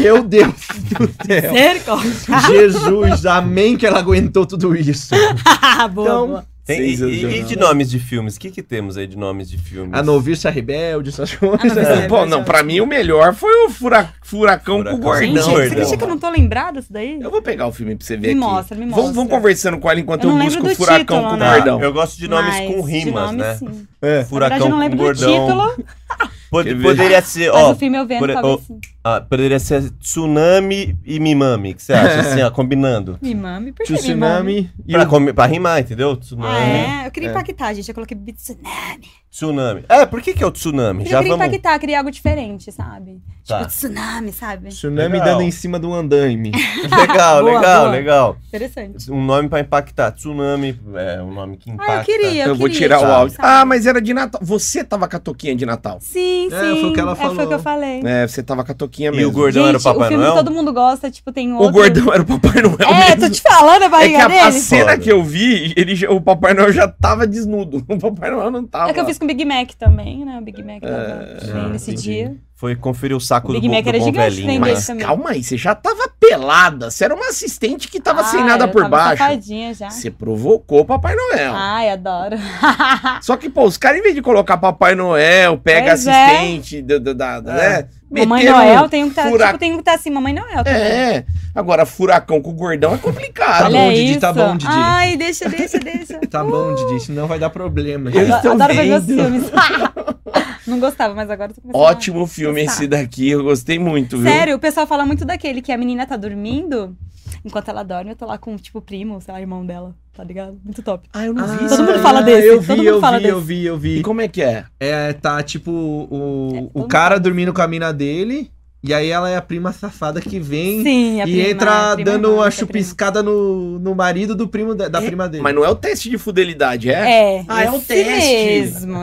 Speaker 3: Meu Deus do céu.
Speaker 4: Misericórdia.
Speaker 3: Jesus, amém que ela aguentou tudo isso.
Speaker 4: boa, boa.
Speaker 3: Então,
Speaker 2: Tem, e,
Speaker 1: Sensacional.
Speaker 2: e- e de nomes de filmes, o que que temos aí de nomes de filmes?
Speaker 3: a noviça rebelde, essas
Speaker 4: Ah, não,
Speaker 3: coisas.
Speaker 4: mas é
Speaker 1: Pô, não,
Speaker 4: verdade.
Speaker 1: pra mim o melhor foi o fura- Furacão com o
Speaker 2: Furacão.
Speaker 1: Gordão. então.
Speaker 4: Gente, você
Speaker 2: Gordão.
Speaker 4: acredita que eu não tô lembrada disso daí?
Speaker 2: É
Speaker 1: Eu vou pegar o filme pra você ver
Speaker 4: Me
Speaker 1: aqui.
Speaker 4: mostra, me
Speaker 1: Vamos-
Speaker 4: mostra.
Speaker 1: Vamos conversando com ela enquanto
Speaker 4: Eu
Speaker 1: eu,
Speaker 4: não
Speaker 1: busco
Speaker 4: lembro
Speaker 1: o
Speaker 4: do
Speaker 1: Furacão
Speaker 4: título,
Speaker 1: com o
Speaker 4: né?
Speaker 1: Gordão.
Speaker 2: Tá, Eu gosto de nomes
Speaker 4: Mas,
Speaker 2: com
Speaker 4: de
Speaker 2: rimas,
Speaker 4: nome,
Speaker 2: né?
Speaker 4: Sim.
Speaker 3: É.
Speaker 4: Na verdade, eu não
Speaker 2: Furacão com
Speaker 4: lembro do
Speaker 2: gordão.
Speaker 4: título,
Speaker 2: Pod-
Speaker 1: Quer ver?
Speaker 2: poderia ser,
Speaker 4: mas
Speaker 2: ó,
Speaker 4: o filme eu vendo,
Speaker 2: por-
Speaker 4: talvez
Speaker 2: ó,
Speaker 4: sim.
Speaker 2: ah, poderia ser Tsunami e Mimami, que você acha? assim, ó, combinando.
Speaker 4: Mimami, por que
Speaker 3: Tio
Speaker 4: Mimami?
Speaker 3: Tsunami e
Speaker 2: Pra,
Speaker 3: o-
Speaker 2: comi- pra rimar, entendeu?
Speaker 4: Ah,
Speaker 2: Tsunami.
Speaker 4: é? Eu queria impactar, gente. Eu coloquei Bibi Tsunami.
Speaker 2: Tsunami. É, por que que é o tsunami?
Speaker 4: Porque
Speaker 2: Já
Speaker 4: eu queria
Speaker 2: vamos.
Speaker 4: impactar, queria algo diferente, sabe?
Speaker 2: Tá.
Speaker 4: Tipo, tsunami, sabe?
Speaker 3: Tsunami
Speaker 2: Legal.
Speaker 3: dando em cima do andaime.
Speaker 2: Legal,
Speaker 4: tá. Boa,
Speaker 2: legal,
Speaker 4: boa.
Speaker 2: legal.
Speaker 4: Interessante.
Speaker 2: Um nome pra impactar. Tsunami é um nome que impacta.
Speaker 4: Ah, eu queria, eu,
Speaker 1: Eu vou
Speaker 4: queria,
Speaker 1: tirar o
Speaker 4: sabe?
Speaker 1: áudio. Ah, mas era de Natal. Você tava com a toquinha de Natal.
Speaker 4: Sim, sim.
Speaker 3: É, foi o que ela
Speaker 4: É, foi o
Speaker 3: falou.
Speaker 4: que eu falei.
Speaker 1: É, você tava com a toquinha
Speaker 2: E
Speaker 1: mesmo.
Speaker 2: o gordão era o
Speaker 4: Gente,
Speaker 2: Papai
Speaker 4: filme
Speaker 2: Noel?
Speaker 4: todo mundo gosta, tipo, tem
Speaker 1: O
Speaker 4: outro...
Speaker 1: gordão era o Papai Noel
Speaker 4: É,
Speaker 1: mesmo.
Speaker 4: tô te falando
Speaker 1: É
Speaker 4: a
Speaker 1: que
Speaker 4: barriga
Speaker 1: a, a
Speaker 4: dele.
Speaker 1: cena
Speaker 2: Foda.
Speaker 1: que eu vi, ele, já- o Papai Noel já tava desnudo. O Papai Noel não tava.
Speaker 4: É que eu fiz com o Big Mac também, né? O Big Mac tava
Speaker 3: ah,
Speaker 4: nesse
Speaker 3: entendi.
Speaker 4: dia.
Speaker 2: Foi conferir o saco
Speaker 4: O
Speaker 2: do,
Speaker 4: Big
Speaker 2: bo-
Speaker 4: Mac
Speaker 2: do
Speaker 4: era
Speaker 2: bom
Speaker 4: gigante,
Speaker 2: velhinho.
Speaker 4: né?
Speaker 2: né?
Speaker 1: Mas
Speaker 4: Isso mesmo.
Speaker 1: calma aí, você já tava pelada. Você era uma assistente que tava sem
Speaker 4: Ai,
Speaker 1: nada
Speaker 4: Ah, eu
Speaker 1: por
Speaker 4: tava
Speaker 1: baixo.
Speaker 4: safadinha já.
Speaker 1: Você provocou o Papai Noel.
Speaker 4: Ai, adoro.
Speaker 1: Só que, pô, os caras, em vez de colocar Papai Noel, pega
Speaker 4: Ah. Pois é.
Speaker 1: assistente, da, da, da- da- né?
Speaker 4: Mamãe
Speaker 1: meteram
Speaker 4: Noel tem um que tá,
Speaker 1: fura-
Speaker 4: tipo, tem um que tá assim, Mamãe Noel também.
Speaker 1: É, agora furacão com o gordão é complicado.
Speaker 3: Tá
Speaker 4: Olha
Speaker 3: bom,
Speaker 4: isso.
Speaker 3: Didi, tá bom, Didi.
Speaker 4: Ai, deixa, deixa, deixa.
Speaker 3: Tá bom,
Speaker 4: Uh.
Speaker 3: Didi, senão vai dar problema.
Speaker 1: Eu-
Speaker 4: Adoro,
Speaker 1: estão
Speaker 4: adoro ver meus
Speaker 1: vendo.
Speaker 4: filmes. Não gostava, mas agora eu tô começando a-
Speaker 1: Ótimo filme esse daqui, eu gostei muito, viu?
Speaker 4: tá. Sério, o pessoal fala muito daquele que a menina tá dormindo, enquanto ela dorme, eu tô lá com, tipo, o primo, sei lá, irmão dela. tá ligado? Muito top.
Speaker 1: Ah, eu não vi.
Speaker 4: Todo
Speaker 1: isso
Speaker 4: mundo
Speaker 1: daí.
Speaker 4: fala desse,
Speaker 3: Eu vi,
Speaker 4: todo mundo
Speaker 3: eu
Speaker 4: fala
Speaker 3: vi, eu
Speaker 4: desse.
Speaker 3: vi, eu vi.
Speaker 1: E como é que é?
Speaker 3: É, tá tipo
Speaker 4: É,
Speaker 3: o,
Speaker 4: todo
Speaker 3: o
Speaker 4: mundo
Speaker 3: cara
Speaker 4: fala.
Speaker 3: dormindo com a mina dele, e aí ela é a prima safada que vem
Speaker 4: Sim, a
Speaker 3: e
Speaker 4: prima,
Speaker 3: entra
Speaker 4: a prima
Speaker 3: dando
Speaker 4: irmã,
Speaker 3: uma
Speaker 4: a prima.
Speaker 3: chupiscada no, no marido do primo de- da prima dele.
Speaker 1: Mas não é o teste de fidelidade, é?
Speaker 4: É,
Speaker 1: Ah, é um
Speaker 4: esse
Speaker 1: teste.
Speaker 4: mesmo,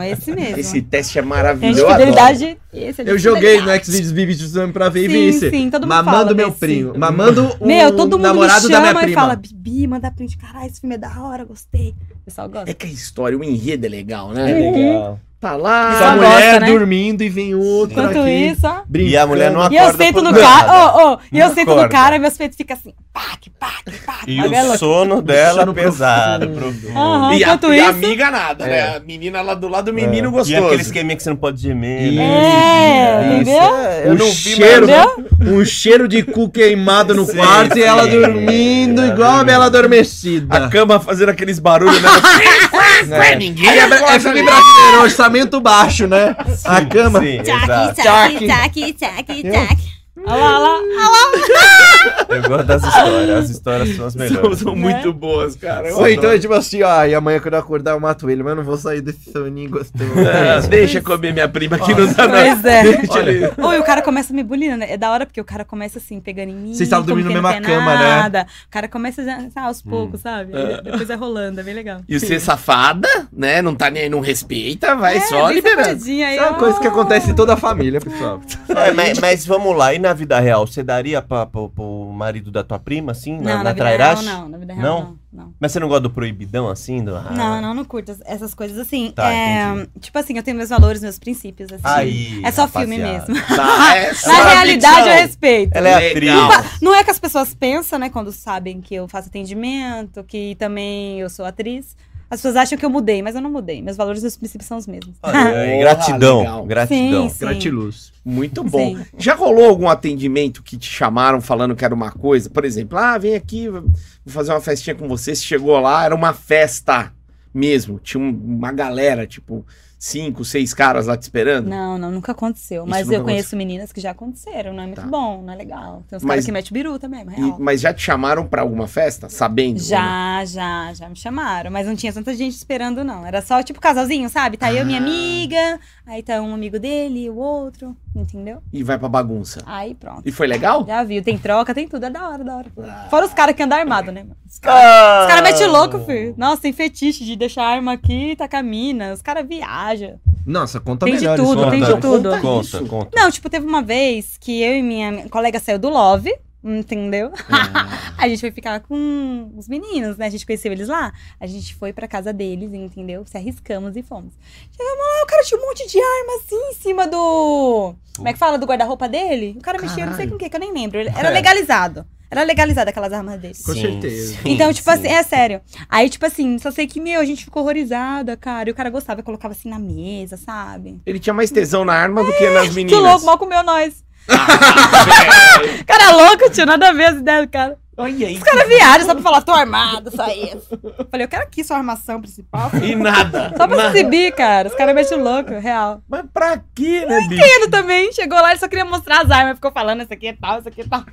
Speaker 4: esse mesmo.
Speaker 1: Esse teste é
Speaker 4: Tem de
Speaker 1: maravilhoso. eu adoro.
Speaker 4: fidelidade. Esse é de
Speaker 3: Eu joguei
Speaker 4: fidelidade.
Speaker 3: no Xvideos Vivid Exame pra ver e vi
Speaker 4: Sim,
Speaker 3: isso.
Speaker 4: sim, todo mundo
Speaker 3: Mamando
Speaker 4: fala
Speaker 3: meu
Speaker 4: desse. Uhum.
Speaker 3: primo. Mamando o
Speaker 4: Meu, todo mundo me
Speaker 3: namorado da minha
Speaker 4: chama e
Speaker 3: prima.
Speaker 4: fala, Bibi, manda print. Caralho, esse filme é da hora, gostei. O pessoal gosta.
Speaker 1: É que a história, o enredo é legal, né?
Speaker 2: É
Speaker 4: Uhum.
Speaker 2: legal.
Speaker 1: Tá
Speaker 3: Essa
Speaker 1: lá.
Speaker 4: Só gosta,
Speaker 3: mulher
Speaker 4: né?
Speaker 3: dormindo e vem outro
Speaker 4: Enquanto
Speaker 3: aqui.
Speaker 4: isso, ó.
Speaker 3: brincando.
Speaker 2: E a mulher não acorda.
Speaker 4: E eu sento
Speaker 2: por
Speaker 4: no
Speaker 2: nada.
Speaker 4: cara, ó, ó, e eu
Speaker 2: Não
Speaker 4: sento
Speaker 2: acorda.
Speaker 4: no cara, meus peitos ficam assim, pac, pac, pac.
Speaker 2: E
Speaker 4: bagulho é
Speaker 2: o
Speaker 4: louco.
Speaker 2: sono dela
Speaker 3: Sono
Speaker 2: pesado,
Speaker 3: profundo.
Speaker 2: profundo.
Speaker 1: E
Speaker 4: Aham,
Speaker 1: a, e
Speaker 4: enquanto
Speaker 1: a
Speaker 4: isso.
Speaker 1: amiga nada, né?
Speaker 2: É.
Speaker 1: A menina lá do lado, o
Speaker 2: É.
Speaker 1: menino
Speaker 2: E
Speaker 1: gostoso.
Speaker 2: aquele esqueminha que você não pode gemer,
Speaker 4: É,
Speaker 2: né?
Speaker 4: entendeu?
Speaker 2: Isso é- eu
Speaker 3: O
Speaker 2: não vi, mas-
Speaker 3: cheiro,
Speaker 4: Entendeu?
Speaker 3: um cheiro de cu queimado no
Speaker 2: Sim,
Speaker 3: quarto e ela
Speaker 2: sim.
Speaker 3: dormindo
Speaker 2: É,
Speaker 3: igual a
Speaker 2: dormindo.
Speaker 3: bela
Speaker 1: A
Speaker 3: adormecida.
Speaker 1: cama fazendo aqueles barulhos, né?
Speaker 3: É.
Speaker 1: Ninguém
Speaker 3: É, bra- é
Speaker 1: gosta
Speaker 3: filme
Speaker 1: de-
Speaker 3: brasileiro, orçamento baixo, né? a
Speaker 2: Sim,
Speaker 3: cama.
Speaker 2: Sim,
Speaker 4: Tchac,
Speaker 2: exato.
Speaker 4: tchac, tchac, tchac, tchac. Olha lá, olha lá.
Speaker 2: Eu gosto das histórias. As histórias são as
Speaker 1: São,
Speaker 2: melhores.
Speaker 1: são
Speaker 4: Né?
Speaker 1: muito boas, cara. Eu
Speaker 3: Ou então
Speaker 1: adoro.
Speaker 3: é tipo assim, ó, e amanhã quando eu acordar eu mato ele, mas eu não vou sair desse soninho gostoso. É
Speaker 1: Ah, deixa comer minha prima que Ah, não dá nada.
Speaker 4: Pois é.
Speaker 1: Deixa ele-
Speaker 4: Ou e o cara começa me bullying, né? É da hora porque o cara começa assim, pegando em mim.
Speaker 3: Vocês estavam
Speaker 4: como
Speaker 3: dormindo
Speaker 4: quem
Speaker 3: na
Speaker 4: não
Speaker 3: mesma
Speaker 4: quer
Speaker 3: cama, né?
Speaker 4: nada. O cara começa já, sabe, aos poucos, sabe?
Speaker 1: É.
Speaker 4: Depois é rolando, é bem legal.
Speaker 1: E você safada, né? Não tá nem aí, não respeita,
Speaker 4: É,
Speaker 1: vai só
Speaker 4: bem
Speaker 1: liberando.
Speaker 4: safadinha, aí,
Speaker 3: Isso é uma coisa que
Speaker 4: ó.
Speaker 3: acontece em toda a família, pessoal.
Speaker 2: É, mas, mas vamos lá, e na vida real, você daria pra, pra- pro marido da tua prima, assim?
Speaker 4: Não,
Speaker 2: Na,
Speaker 4: na,
Speaker 2: na
Speaker 4: vida real,
Speaker 2: trairagem?
Speaker 4: não. Na vida
Speaker 2: Não?
Speaker 4: real, não. Não,
Speaker 2: Mas você não gosta do proibidão, assim? Do... Ah,
Speaker 4: não, não, não curto as- essas coisas assim.
Speaker 2: Tá,
Speaker 4: é,
Speaker 2: entendi.
Speaker 4: tipo assim, eu tenho meus valores, meus princípios. Assim.
Speaker 2: Aí,
Speaker 4: é só
Speaker 2: rapaziada.
Speaker 4: filme mesmo.
Speaker 1: Tá, é só
Speaker 4: Na realidade,
Speaker 1: ficção.
Speaker 4: eu respeito.
Speaker 2: Ela é
Speaker 1: Legal.
Speaker 2: atriz.
Speaker 4: Não é que as pessoas pensam, né, quando sabem que eu faço atendimento, que também eu sou atriz. As pessoas acham que eu mudei, mas eu não mudei. Meus valores e meus princípios são os mesmos.
Speaker 2: Olha aí,
Speaker 1: Porra,
Speaker 2: gratidão,
Speaker 1: legal.
Speaker 2: gratidão.
Speaker 4: Sim, sim.
Speaker 3: Gratiluz.
Speaker 1: Muito é. bom.
Speaker 4: Sim.
Speaker 1: Já rolou algum atendimento que te chamaram falando que era uma coisa? Por exemplo, ah, vem aqui, vou fazer uma festinha com você. Você chegou lá, era uma festa mesmo. Tinha um- uma galera, tipo, cinco, seis caras lá te esperando.
Speaker 4: Não, não, nunca aconteceu.
Speaker 1: Isso
Speaker 4: mas
Speaker 1: nunca
Speaker 4: eu conheço meninas que já aconteceram, não é muito
Speaker 1: Tá.
Speaker 4: bom, não é legal. Tem uns
Speaker 1: Mas-
Speaker 4: caras que metem biru também, mas
Speaker 1: E-
Speaker 4: real.
Speaker 1: mas já te chamaram pra alguma festa? Sabendo?
Speaker 4: Já, já, já me chamaram, mas não tinha tanta gente esperando, não. Era só tipo casalzinho, sabe? Tá eu, minha
Speaker 1: Ah.
Speaker 4: amiga, aí tá um amigo dele, o outro, entendeu?
Speaker 1: E vai pra bagunça.
Speaker 4: Aí pronto.
Speaker 1: E foi legal?
Speaker 4: Já viu, tem troca, tem tudo, é da hora, da hora.
Speaker 1: Ah.
Speaker 4: Fora os caras que andam armado, né? mano? Os caras
Speaker 2: Ah!
Speaker 4: Os caras metem louco, filho. Nossa, tem fetiche de deixar a arma aqui e tacar mina. Os caras viajam.
Speaker 3: Nossa, conta
Speaker 4: Tem de
Speaker 3: melhor
Speaker 4: tudo,
Speaker 3: isso,
Speaker 4: tem de
Speaker 3: Natália.
Speaker 4: tudo.
Speaker 1: Conta
Speaker 2: Conta,
Speaker 1: isso.
Speaker 2: conta.
Speaker 4: Não, tipo, teve uma vez que eu e minha colega saiu do Love, entendeu? a gente foi ficar com os meninos, né? A gente conheceu eles lá. A gente foi pra casa deles, entendeu? Se arriscamos e fomos. Chegamos lá, o cara tinha um monte de arma assim em cima do. Como é que fala? Do guarda-roupa dele? O cara mexia, não sei
Speaker 1: Caralho.
Speaker 4: com o que, que eu nem lembro. Ele- Era
Speaker 2: É.
Speaker 4: legalizado. Era legalizado aquelas armas dele.
Speaker 3: Com certeza.
Speaker 4: Então, tipo assim, é sério. Aí, tipo assim, só sei que, meu, a gente ficou horrorizada, cara. E o cara gostava, colocava assim na mesa, sabe?
Speaker 1: Ele tinha mais tesão na arma do que nas meninas.
Speaker 4: Que louco, mal comeu nós.
Speaker 1: Ah, velho.
Speaker 4: Cara louco, tio, nada a ver as ideias do cara.
Speaker 1: Olha aí.
Speaker 4: Cara viagem, só pra falar, tô armado, só isso. Falei, eu quero aqui sua armação principal.
Speaker 1: E nada.
Speaker 4: Só pra
Speaker 1: nada.
Speaker 4: se exibir, cara. Os caras mexem louco, real.
Speaker 1: Mas pra quê, né, bicho?
Speaker 4: Ele também chegou lá, ele só queria mostrar as armas. Ficou falando, isso aqui é tal, isso aqui é tal.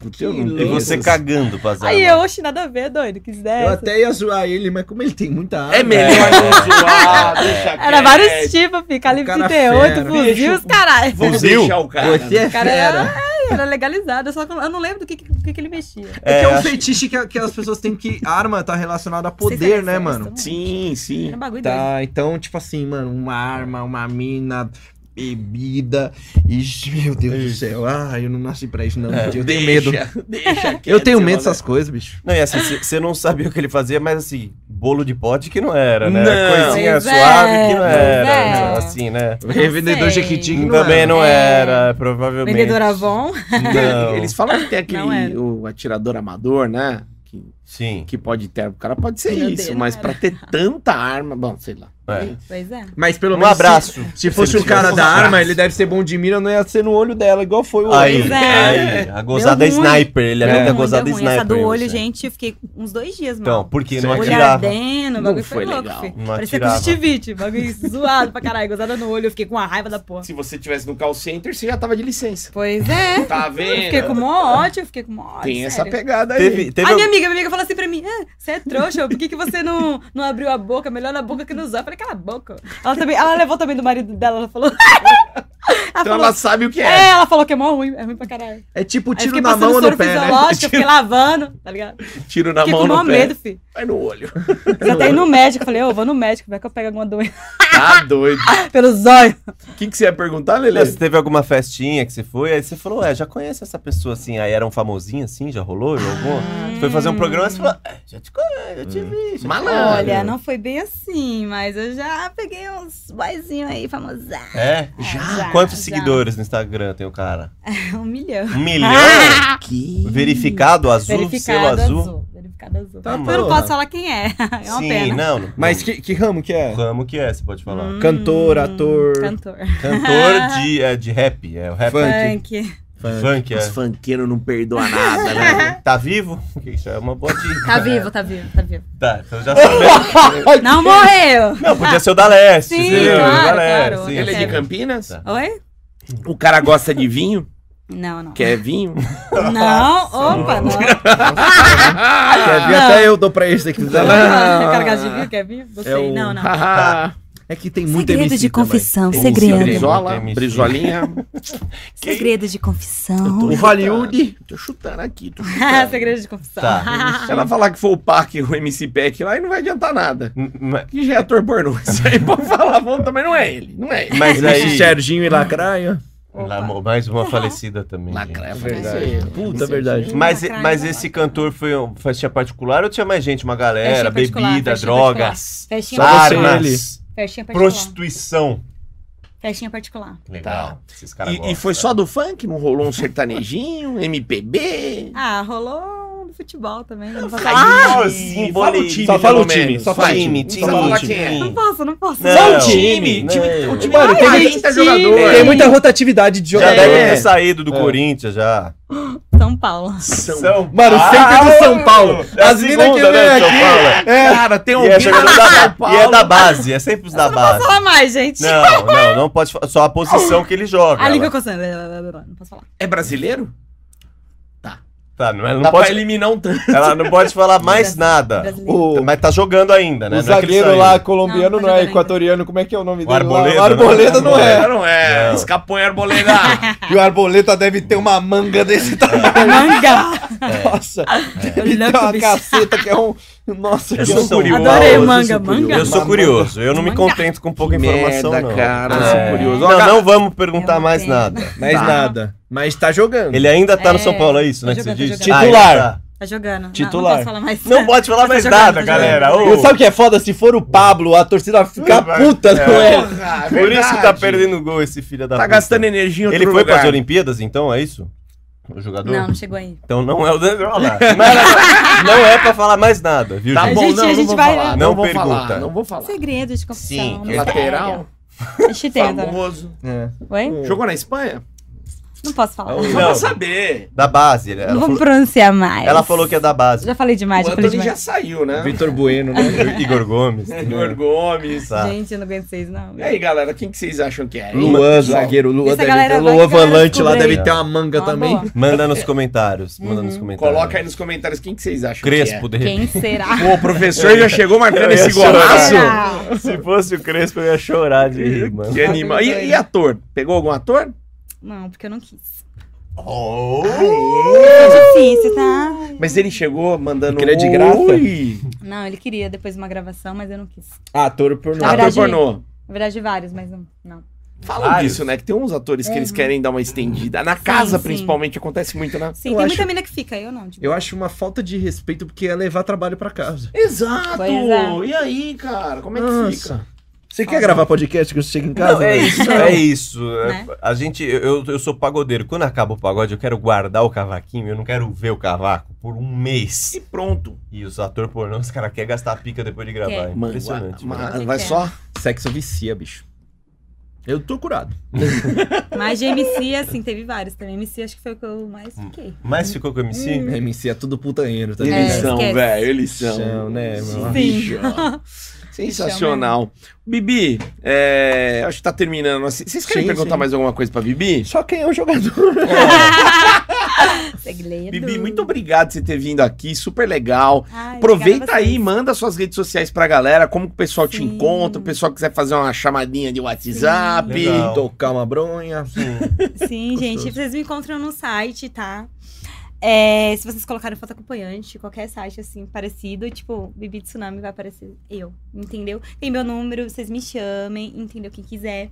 Speaker 1: Puta, eu não
Speaker 2: E
Speaker 1: tenho
Speaker 2: você
Speaker 1: essas-
Speaker 2: cagando pra
Speaker 4: Aí eu, oxe, nada a ver, doido, que
Speaker 3: Eu
Speaker 4: ideia. é
Speaker 3: até ia zoar ele, mas como ele tem muita arma...
Speaker 1: É melhor
Speaker 2: É.
Speaker 1: não zoar, deixa
Speaker 4: Era
Speaker 1: quieto.
Speaker 4: vários tipos, fi. Calibre
Speaker 3: cara
Speaker 4: 38,
Speaker 3: fera,
Speaker 4: fuzil, os caralho.
Speaker 1: Vamos
Speaker 2: Fuzil?
Speaker 1: deixar o cara.
Speaker 3: Você é
Speaker 4: O cara
Speaker 3: fera.
Speaker 4: era, é, era legalizado, eu só que eu não lembro do que, do que, que ele mexia.
Speaker 3: É, que é um
Speaker 2: acho-
Speaker 3: fetiche que, que as pessoas têm que. Arma tá relacionada a poder,
Speaker 4: Vocês
Speaker 3: né,
Speaker 4: sabem
Speaker 3: mano?
Speaker 4: disso, né?
Speaker 1: Sim, sim.
Speaker 4: Era um bagulho doido.
Speaker 3: Tá, então, tipo assim, mano, uma arma, uma mina, bebida. Ixi, meu Deus do céu. Ah, eu não nasci pra isso,
Speaker 2: É,
Speaker 3: não. eu tenho medo.
Speaker 1: Deixa, deixa
Speaker 3: Eu
Speaker 1: quieto,
Speaker 3: tenho
Speaker 1: seu
Speaker 3: medo
Speaker 1: maluco.
Speaker 3: dessas coisas, bicho.
Speaker 2: Não, e assim, você não sabia o que ele fazia, mas assim, bolo de pote que não era, né?
Speaker 1: Não.
Speaker 2: Coisinha
Speaker 4: Pois é,
Speaker 2: suave que não
Speaker 4: pois
Speaker 2: era,
Speaker 4: é.
Speaker 2: assim, né?
Speaker 3: Revendedor
Speaker 4: sei.
Speaker 3: Jequitinho não
Speaker 2: Hum, Também né?
Speaker 3: era.
Speaker 2: não
Speaker 4: É.
Speaker 2: era, provavelmente.
Speaker 4: Vendedor Avon.
Speaker 2: Não.
Speaker 1: Eles falam que tem
Speaker 4: Não é.
Speaker 1: aquele
Speaker 4: era.
Speaker 1: o atirador amador, né? Que,
Speaker 2: Sim.
Speaker 1: que pode ter. O cara pode ser
Speaker 4: Meu
Speaker 1: isso,
Speaker 4: Deus, né?
Speaker 1: mas
Speaker 4: não
Speaker 1: pra ter tanta arma. Bom, sei lá.
Speaker 2: É.
Speaker 4: Pois é.
Speaker 3: Mas pelo
Speaker 2: Um
Speaker 3: menos.
Speaker 2: abraço.
Speaker 3: Se, se fosse
Speaker 2: ele
Speaker 3: o cara
Speaker 2: tivesse
Speaker 3: da
Speaker 2: um abraço.
Speaker 3: arma, ele deve ser bom de mira, não ia ser no olho dela, igual foi o
Speaker 2: Aí,
Speaker 3: outro.
Speaker 1: É.
Speaker 2: aí. A gozada
Speaker 4: Deu ruim.
Speaker 2: sniper, ele
Speaker 3: É.
Speaker 2: é da
Speaker 4: Ruim,
Speaker 2: gozada
Speaker 4: deu ruim.
Speaker 2: sniper.
Speaker 4: Essa do olho,
Speaker 2: isso, né?
Speaker 4: gente, eu fiquei uns dois dias mal.
Speaker 2: Então, porque não
Speaker 1: Sério?
Speaker 4: Olho é
Speaker 2: atirava.
Speaker 4: ardendo, o bagulho
Speaker 1: foi
Speaker 4: foi, louco,
Speaker 1: legal.
Speaker 4: filho.
Speaker 2: Não
Speaker 4: Parecia
Speaker 2: atirava.
Speaker 4: conjuntivite, bagulho zoado pra caralho, gozada no olho, eu fiquei com a raiva da porra.
Speaker 1: Se você tivesse no call center, você já tava de licença.
Speaker 4: Pois é,
Speaker 1: Tá
Speaker 4: eu fiquei com
Speaker 1: vendo?
Speaker 4: mó ódio, eu fiquei com mó ódio,
Speaker 1: Tem essa
Speaker 4: sério.
Speaker 1: pegada aí.
Speaker 2: Teve, teve
Speaker 4: A minha amiga, minha amiga falou assim pra mim: "Ah, você é trouxa, por que, que você não, não abriu a boca? Melhor na boca que nos olhos. Eu falei, cala a boca. Ela também, ela levou também do marido dela, ela falou. ela
Speaker 1: Então
Speaker 4: falou
Speaker 1: ela sabe o que é.
Speaker 4: é, ela falou que é mó ruim, é ruim pra caralho.
Speaker 3: É tipo
Speaker 4: Aí eu
Speaker 3: tiro
Speaker 4: fiquei
Speaker 3: na
Speaker 4: passando
Speaker 3: mão ou
Speaker 4: soro
Speaker 3: no pé, né?
Speaker 4: fisiológico, fiquei lavando, tá ligado?
Speaker 1: Tiro na
Speaker 4: Fiquei
Speaker 1: mão
Speaker 4: com o maior
Speaker 1: no pé.
Speaker 4: medo, filho.
Speaker 1: Vai no olho.
Speaker 4: Eu até ir tá no médico, falei, ô, vou no médico, vai que eu pego alguma doença
Speaker 1: Tá doido.
Speaker 4: pelos olhos.
Speaker 1: O que, que você ia perguntar, Lelê?
Speaker 2: Não, Se teve alguma festinha que você foi, aí você falou, ué, já conhece essa pessoa assim, aí era um famosinho assim, já rolou, jogou?
Speaker 4: Ah.
Speaker 2: Você foi fazer um programa e você falou, "É, já te conheço, eu te
Speaker 4: Hum.
Speaker 2: vi. já te
Speaker 1: Malandro.
Speaker 4: Olha, não foi bem assim, mas eu já peguei uns boyzinhos aí, famosos.
Speaker 2: conheço." É?
Speaker 4: Já?
Speaker 2: Quantos
Speaker 4: já.
Speaker 2: seguidores no Instagram tem o cara?
Speaker 4: Um milhão.
Speaker 2: Um milhão?
Speaker 1: Que...
Speaker 2: Verificado azul, selo
Speaker 4: Verificado
Speaker 2: azul?
Speaker 4: azul. Verificado azul.
Speaker 3: Tá
Speaker 4: eu
Speaker 3: bom.
Speaker 4: não posso falar quem é. É uma
Speaker 2: Sim, né?
Speaker 4: pena.
Speaker 2: não. não-
Speaker 3: Mas que, que ramo que é?
Speaker 2: Ramo que é, você pode falar.
Speaker 4: Hum,
Speaker 3: Cantor, ator,
Speaker 4: Cantor.
Speaker 2: Cantor de, é, de rap, é o rap.
Speaker 3: Funk.
Speaker 4: Funk.
Speaker 2: Funk,
Speaker 1: Os
Speaker 2: é.
Speaker 1: funkeiros não perdoam nada, né?
Speaker 2: Tá vivo? Isso é uma boa dica.
Speaker 4: Tá vivo, tá vivo, tá vivo.
Speaker 2: Tá, então já sabemos.
Speaker 4: Não morreu!
Speaker 2: Não, podia ser o da Leste.
Speaker 4: Sim,
Speaker 2: entendeu?
Speaker 4: claro,
Speaker 2: da Leste,
Speaker 4: claro.
Speaker 2: sim,
Speaker 1: Ele é
Speaker 2: sim.
Speaker 1: de Campinas?
Speaker 2: Tá.
Speaker 4: Oi?
Speaker 1: O cara gosta de vinho?
Speaker 4: Não, não.
Speaker 1: Quer vinho?
Speaker 4: Não, opa, não.
Speaker 3: Quer ver?
Speaker 4: Não.
Speaker 3: Até eu dou pra esse aqui. tá
Speaker 4: Ah, Quero gás de vinho, quer vir? Você,
Speaker 3: É o-
Speaker 4: não, não.
Speaker 3: É que tem muito MC também.
Speaker 1: Tem
Speaker 2: segredo.
Speaker 1: Brizola,
Speaker 2: Tem
Speaker 1: brizolinha.
Speaker 4: Segredo de confissão.
Speaker 1: Tô
Speaker 3: O Hollywood.
Speaker 1: Tô chutando aqui, tô
Speaker 4: Ah,
Speaker 1: chutando.
Speaker 4: segredo de confissão.
Speaker 2: Tá.
Speaker 1: Se ela falar que foi o Parque, o MC Pack lá, aí não vai adiantar nada.
Speaker 2: M- ma-
Speaker 1: Que já é ator pornô. Isso aí pode falar, vamos, também não é ele. Não é ele.
Speaker 2: Mas
Speaker 3: Esse
Speaker 2: aí.
Speaker 3: Serginho e Lacraia.
Speaker 2: Lá, mais uma falecida também. gente.
Speaker 1: Lacraia,
Speaker 3: É
Speaker 1: é
Speaker 3: Verdade. Puta é verdade.
Speaker 2: Mas,
Speaker 4: Lacraia,
Speaker 2: mas
Speaker 4: não.
Speaker 2: esse cantor foi um- festinha particular ou tinha mais gente? Uma galera,
Speaker 4: Festinha particular,
Speaker 2: bebida,
Speaker 4: festinha
Speaker 2: drogas,
Speaker 4: Festinha particular.
Speaker 2: armas,
Speaker 4: Festinha particular.
Speaker 2: prostituição.
Speaker 4: Festinha particular.
Speaker 2: Legal. Esses caras
Speaker 1: Tá. E,
Speaker 2: gostam,
Speaker 1: e foi
Speaker 2: né?
Speaker 1: só do funk? Não rolou um sertanejinho, MPB?
Speaker 4: Ah, rolou do futebol também. eu Não posso,
Speaker 2: Ah,
Speaker 1: Ai,
Speaker 2: sim,
Speaker 1: fala o
Speaker 2: bolinha.
Speaker 1: time,
Speaker 3: Só
Speaker 1: pelo
Speaker 3: fala o time,
Speaker 1: menos,
Speaker 3: só
Speaker 1: vai.
Speaker 2: time,
Speaker 1: Não
Speaker 2: time,
Speaker 1: precisa falar
Speaker 2: time.
Speaker 1: quem é.
Speaker 4: não posso, não posso.
Speaker 2: Não,
Speaker 1: Só o time.
Speaker 2: não.
Speaker 1: time o time
Speaker 3: Mano,
Speaker 1: tem
Speaker 4: tem
Speaker 1: 30
Speaker 4: time.
Speaker 1: jogadores.
Speaker 3: Tem muita rotatividade de
Speaker 2: Já
Speaker 1: É.
Speaker 2: deve
Speaker 3: jogador.
Speaker 2: ter saído do
Speaker 3: É.
Speaker 2: Corinthians já.
Speaker 4: São Paulo.
Speaker 3: Mano, sempre do São Paulo.
Speaker 2: Ah, É a
Speaker 3: As minas que
Speaker 2: segunda,
Speaker 3: vem
Speaker 2: né, de São
Speaker 3: aqui.
Speaker 2: Paulo.
Speaker 1: É, cara, tem um
Speaker 2: E é,
Speaker 1: vídeo
Speaker 2: jogador
Speaker 1: do São
Speaker 2: da, ba-
Speaker 1: Paulo.
Speaker 2: e é da base, é sempre os da base.
Speaker 4: Fala mais, gente.
Speaker 2: Não, não, não pode falar. Só a posição que ele joga.
Speaker 4: A língua
Speaker 2: ela-
Speaker 4: coçando. Não posso falar.
Speaker 1: É brasileiro?
Speaker 2: Tá, não,
Speaker 1: Dá
Speaker 2: ela, não
Speaker 1: pra
Speaker 2: pode,
Speaker 1: eliminar um tanto.
Speaker 2: ela não pode falar mais
Speaker 4: Brasi-
Speaker 2: nada.
Speaker 4: Brasileiro.
Speaker 3: O,
Speaker 2: Mas tá jogando ainda, né? Não é
Speaker 3: o
Speaker 2: que ele
Speaker 3: zagueiro
Speaker 2: saiu.
Speaker 3: lá, colombiano,
Speaker 4: Não,
Speaker 3: não,
Speaker 4: tá
Speaker 3: é
Speaker 4: jogando.
Speaker 3: equatoriano, como é que é o nome
Speaker 2: O
Speaker 3: dele? lá?
Speaker 2: Arboleda,
Speaker 3: O
Speaker 2: né?
Speaker 3: Arboleda não é.
Speaker 1: Não é.
Speaker 2: Não.
Speaker 1: Escapou em Arboleda.
Speaker 3: E o Arboleta deve ter uma manga
Speaker 2: É.
Speaker 3: desse tamanho.
Speaker 4: Manga.
Speaker 3: Nossa. Deve ter
Speaker 4: Louco,
Speaker 3: uma
Speaker 4: bicho.
Speaker 3: caceta que é um... Nossa, que
Speaker 2: Eu
Speaker 3: é um
Speaker 2: sou
Speaker 3: curioso.
Speaker 2: curioso.
Speaker 4: Adorei,
Speaker 2: eu sou
Speaker 4: manga,
Speaker 1: curioso.
Speaker 4: manga.
Speaker 2: Eu sou curioso, eu não me
Speaker 4: Manga.
Speaker 2: contento com pouca
Speaker 1: Que
Speaker 2: informação,
Speaker 1: merda,
Speaker 2: não.
Speaker 1: cara,
Speaker 4: eu sou
Speaker 2: É.
Speaker 1: curioso. Ó,
Speaker 2: Não,
Speaker 1: cara-
Speaker 2: não vamos perguntar
Speaker 4: Eu
Speaker 2: mais
Speaker 4: entendo.
Speaker 2: nada.
Speaker 3: Mais
Speaker 1: Tá.
Speaker 3: nada. Mas tá jogando.
Speaker 2: Ele ainda tá no
Speaker 4: É,
Speaker 2: São Paulo, é isso, né?
Speaker 4: tá
Speaker 2: Que você
Speaker 4: jogando,
Speaker 2: disse?
Speaker 4: tá
Speaker 3: jogando.
Speaker 2: Ah, ele
Speaker 3: Titular.
Speaker 4: Tá jogando. Não,
Speaker 3: Titular.
Speaker 4: Não, posso falar mais.
Speaker 2: tá. Não pode falar
Speaker 4: Tá
Speaker 2: mais
Speaker 4: jogando,
Speaker 2: nada,
Speaker 4: tá
Speaker 2: galera.
Speaker 4: jogando.
Speaker 2: ô.
Speaker 3: E sabe o que é foda? Se for o Pablo, a torcida fica
Speaker 2: Vai.
Speaker 3: puta, não é?
Speaker 1: Porra, é
Speaker 2: Por isso que tá
Speaker 1: verdade.
Speaker 2: perdendo gol esse filho da
Speaker 1: Tá
Speaker 2: puta.
Speaker 1: gastando energia em outro
Speaker 2: Ele foi
Speaker 1: lugar.
Speaker 2: pras Olimpíadas, então, é isso? O jogador?
Speaker 4: Não, não chegou aí.
Speaker 2: Então não é o Daniel. Olha lá. Não, era- não é pra falar mais nada, viu,
Speaker 1: Tá
Speaker 4: A
Speaker 2: gente?
Speaker 1: bom,
Speaker 4: gente-
Speaker 1: não,
Speaker 4: a
Speaker 1: não
Speaker 4: gente
Speaker 1: vou
Speaker 4: vai- né?
Speaker 1: falar,
Speaker 2: Não
Speaker 1: não vou falar,
Speaker 2: pergunta.
Speaker 1: não vou falar.
Speaker 4: Segredo de confissão.
Speaker 2: Sim,
Speaker 4: não
Speaker 1: Lateral,
Speaker 4: pega. A gente tenta. né?
Speaker 1: famoso.
Speaker 2: É.
Speaker 3: Hum.
Speaker 4: Oi?
Speaker 1: Jogou na Espanha?
Speaker 4: Não posso falar.
Speaker 2: Não.
Speaker 1: Só pra saber.
Speaker 2: Da base. Ela,
Speaker 4: não vamos
Speaker 2: falou,
Speaker 4: pronunciar mais.
Speaker 2: ela falou que é da base.
Speaker 4: Já falei demais,
Speaker 1: o
Speaker 4: já falei
Speaker 1: Anthony já
Speaker 4: demais.
Speaker 1: saiu, né?
Speaker 3: Vitor Bueno, né?
Speaker 2: Igor Gomes.
Speaker 1: Senhor Gomes.
Speaker 2: Tá.
Speaker 4: Gente, eu não aguento vocês, não.
Speaker 1: E aí, galera, quem que vocês acham que é? hein?
Speaker 3: Luan, zagueiro. Luan,
Speaker 4: Essa
Speaker 3: deve
Speaker 4: galera
Speaker 3: ter,
Speaker 4: vai,
Speaker 3: Luan
Speaker 4: que galera
Speaker 3: Volante lá
Speaker 4: descobre é aí.
Speaker 3: deve ter uma manga
Speaker 4: Uma
Speaker 3: também.
Speaker 4: boa.
Speaker 2: Manda nos comentários. Manda nos comentários.
Speaker 1: Coloca aí nos comentários quem que vocês acham
Speaker 2: Crespo, de repente.
Speaker 4: Quem será?
Speaker 1: que é. Pô, o professor já chegou marcando
Speaker 2: Eu ia
Speaker 1: esse
Speaker 2: chorar.
Speaker 1: golaço.
Speaker 4: Será?
Speaker 2: Se fosse o Crespo, eu ia chorar de rir, mano.
Speaker 1: Que animal. E, e ator? Pegou algum ator?
Speaker 4: Não, porque eu não quis.
Speaker 2: Oh!
Speaker 4: É difícil, tá?
Speaker 1: Mas ele chegou mandando... um
Speaker 3: Que ele é de graça?
Speaker 1: Ui.
Speaker 4: Não, ele queria depois uma gravação, mas eu não quis.
Speaker 3: Ah, touro por
Speaker 1: Ator
Speaker 4: Na
Speaker 3: nós.
Speaker 4: verdade-
Speaker 1: pornô.
Speaker 4: Na verdade, vários, mas não. não.
Speaker 1: Falam
Speaker 2: Vários.
Speaker 1: disso, né? Que tem uns atores que eles querem dar uma estendida. Na casa,
Speaker 4: É. sim.
Speaker 1: principalmente, acontece muito, né?
Speaker 4: Sim,
Speaker 3: Eu
Speaker 4: tem
Speaker 3: acho-
Speaker 4: muita mina que fica, eu não. tipo.
Speaker 3: Eu acho uma falta de respeito porque é levar trabalho pra casa.
Speaker 1: Exato!
Speaker 4: Pois é.
Speaker 1: E aí, cara? Como é que fica?
Speaker 3: Você quer gravar podcast quando você chega em casa?
Speaker 2: Não, é
Speaker 3: velho?
Speaker 2: isso, é isso.
Speaker 4: Né?
Speaker 2: A gente, eu, eu sou pagodeiro. Quando acaba o pagode, eu quero guardar o cavaquinho, eu não quero ver o cavaco por um mês.
Speaker 1: E pronto.
Speaker 2: E os atores pornô, os caras querem gastar a pica depois de gravar.
Speaker 4: Quer.
Speaker 2: É
Speaker 1: Mano,
Speaker 2: impressionante.
Speaker 1: ma-
Speaker 2: mano.
Speaker 4: mano.
Speaker 1: vai
Speaker 4: Que que
Speaker 1: só.
Speaker 3: Sexo vicia, bicho. Eu tô curado.
Speaker 4: Mas de MC, assim, teve vários também. MC acho que foi o que eu mais fiquei.
Speaker 2: Mas ficou com o MC?
Speaker 4: Hum.
Speaker 3: MC é tudo putanheiro, tá
Speaker 1: Eles
Speaker 4: É,
Speaker 3: ligado?
Speaker 1: são,
Speaker 4: esquece.
Speaker 1: velho, eles são.
Speaker 3: São, né, mano?
Speaker 1: Bicho. Sensacional. Bibi, é, acho que tá terminando. assim. Vocês querem
Speaker 3: Sim,
Speaker 1: perguntar
Speaker 3: sim.
Speaker 1: mais alguma coisa pra Bibi?
Speaker 3: Só quem é o jogador.
Speaker 4: Segredo.
Speaker 1: Bibi, muito obrigado por você ter vindo aqui, super legal.
Speaker 4: Ai,
Speaker 1: Aproveita
Speaker 4: obrigada a
Speaker 1: aí,
Speaker 4: vocês.
Speaker 1: manda suas redes sociais pra galera, como que o pessoal te
Speaker 4: Sim.
Speaker 1: encontra, o pessoal quiser fazer uma chamadinha de WhatsApp.
Speaker 2: Sim. Legal.
Speaker 3: Tocar uma bronha.
Speaker 4: Sim,
Speaker 3: Gostoso.
Speaker 4: gente, vocês me encontram no site, tá? É, se vocês colocarem foto acompanhante, qualquer site assim parecido, tipo, Bibi Tsunami vai aparecer eu, entendeu? Tem meu número, vocês me chamem, entendeu? Quem quiser.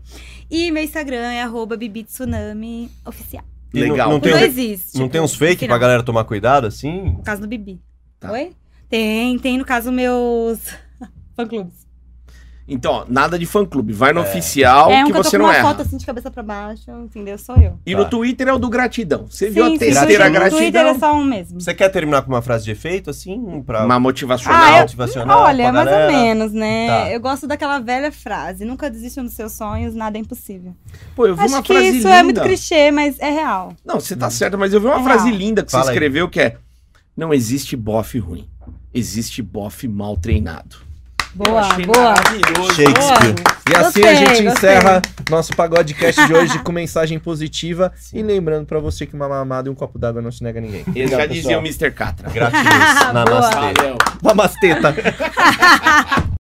Speaker 4: E meu Instagram é arroba Bibi Tsunami oficial.
Speaker 2: E não-
Speaker 1: Legal.
Speaker 2: Não, tem, um
Speaker 4: não
Speaker 2: não
Speaker 4: existe. tipo,
Speaker 2: tem uns fake pra
Speaker 4: final.
Speaker 2: galera tomar cuidado, assim?
Speaker 4: No caso do Bibi.
Speaker 1: Tá.
Speaker 4: Oi? Tem, tem no caso meus fã-clubes.
Speaker 1: Então, ó, nada de fã-clube, vai no oficial
Speaker 4: é um
Speaker 1: que,
Speaker 4: que eu tô
Speaker 1: você
Speaker 4: com
Speaker 1: não
Speaker 4: uma
Speaker 1: erra.
Speaker 4: foto assim de cabeça pra baixo, entendeu? Sou eu.
Speaker 1: E
Speaker 2: Tá.
Speaker 1: no Twitter é o do gratidão. Você viu a
Speaker 4: Sim, sim, no
Speaker 1: terceira
Speaker 4: Twitter- no
Speaker 1: gratidão?
Speaker 4: Twitter é só um mesmo.
Speaker 2: Você quer terminar com uma frase de efeito, assim? Pra
Speaker 1: Uma
Speaker 4: Ah,
Speaker 1: motivacional.
Speaker 4: eu-
Speaker 2: motivacional?
Speaker 4: Olha,
Speaker 2: pra
Speaker 4: mais ou
Speaker 2: galera?
Speaker 4: menos, né?
Speaker 2: Tá.
Speaker 4: Eu gosto daquela velha frase: nunca desistam dos seus sonhos, nada é impossível.
Speaker 1: Pô, eu vi
Speaker 4: Acho
Speaker 1: uma
Speaker 4: que
Speaker 1: frase
Speaker 4: isso
Speaker 1: linda.
Speaker 4: é muito clichê, mas é real.
Speaker 1: Não, você tá certo, mas eu vi uma
Speaker 4: É
Speaker 1: frase
Speaker 4: real.
Speaker 1: linda que você
Speaker 2: Fala aí.
Speaker 1: escreveu que é: Não existe bofe ruim, existe bofe mal treinado. eu
Speaker 4: Boa,
Speaker 1: achei
Speaker 4: boa.
Speaker 1: maravilhoso.
Speaker 2: Shakespeare.
Speaker 4: boa.
Speaker 3: E assim
Speaker 4: Gostei,
Speaker 3: a gente
Speaker 4: gostei.
Speaker 3: encerra nosso pagodecast de hoje com mensagem positiva.
Speaker 2: Sim.
Speaker 3: E lembrando pra você que uma mamada e um copo d'água não se nega a ninguém.
Speaker 1: Ele já
Speaker 3: Obrigado,
Speaker 1: dizia o
Speaker 3: pessoal.
Speaker 1: Mr. Catra.
Speaker 2: Gratidão.
Speaker 4: Boa.
Speaker 2: Namastê.
Speaker 1: Valeu.
Speaker 3: Mamasteta.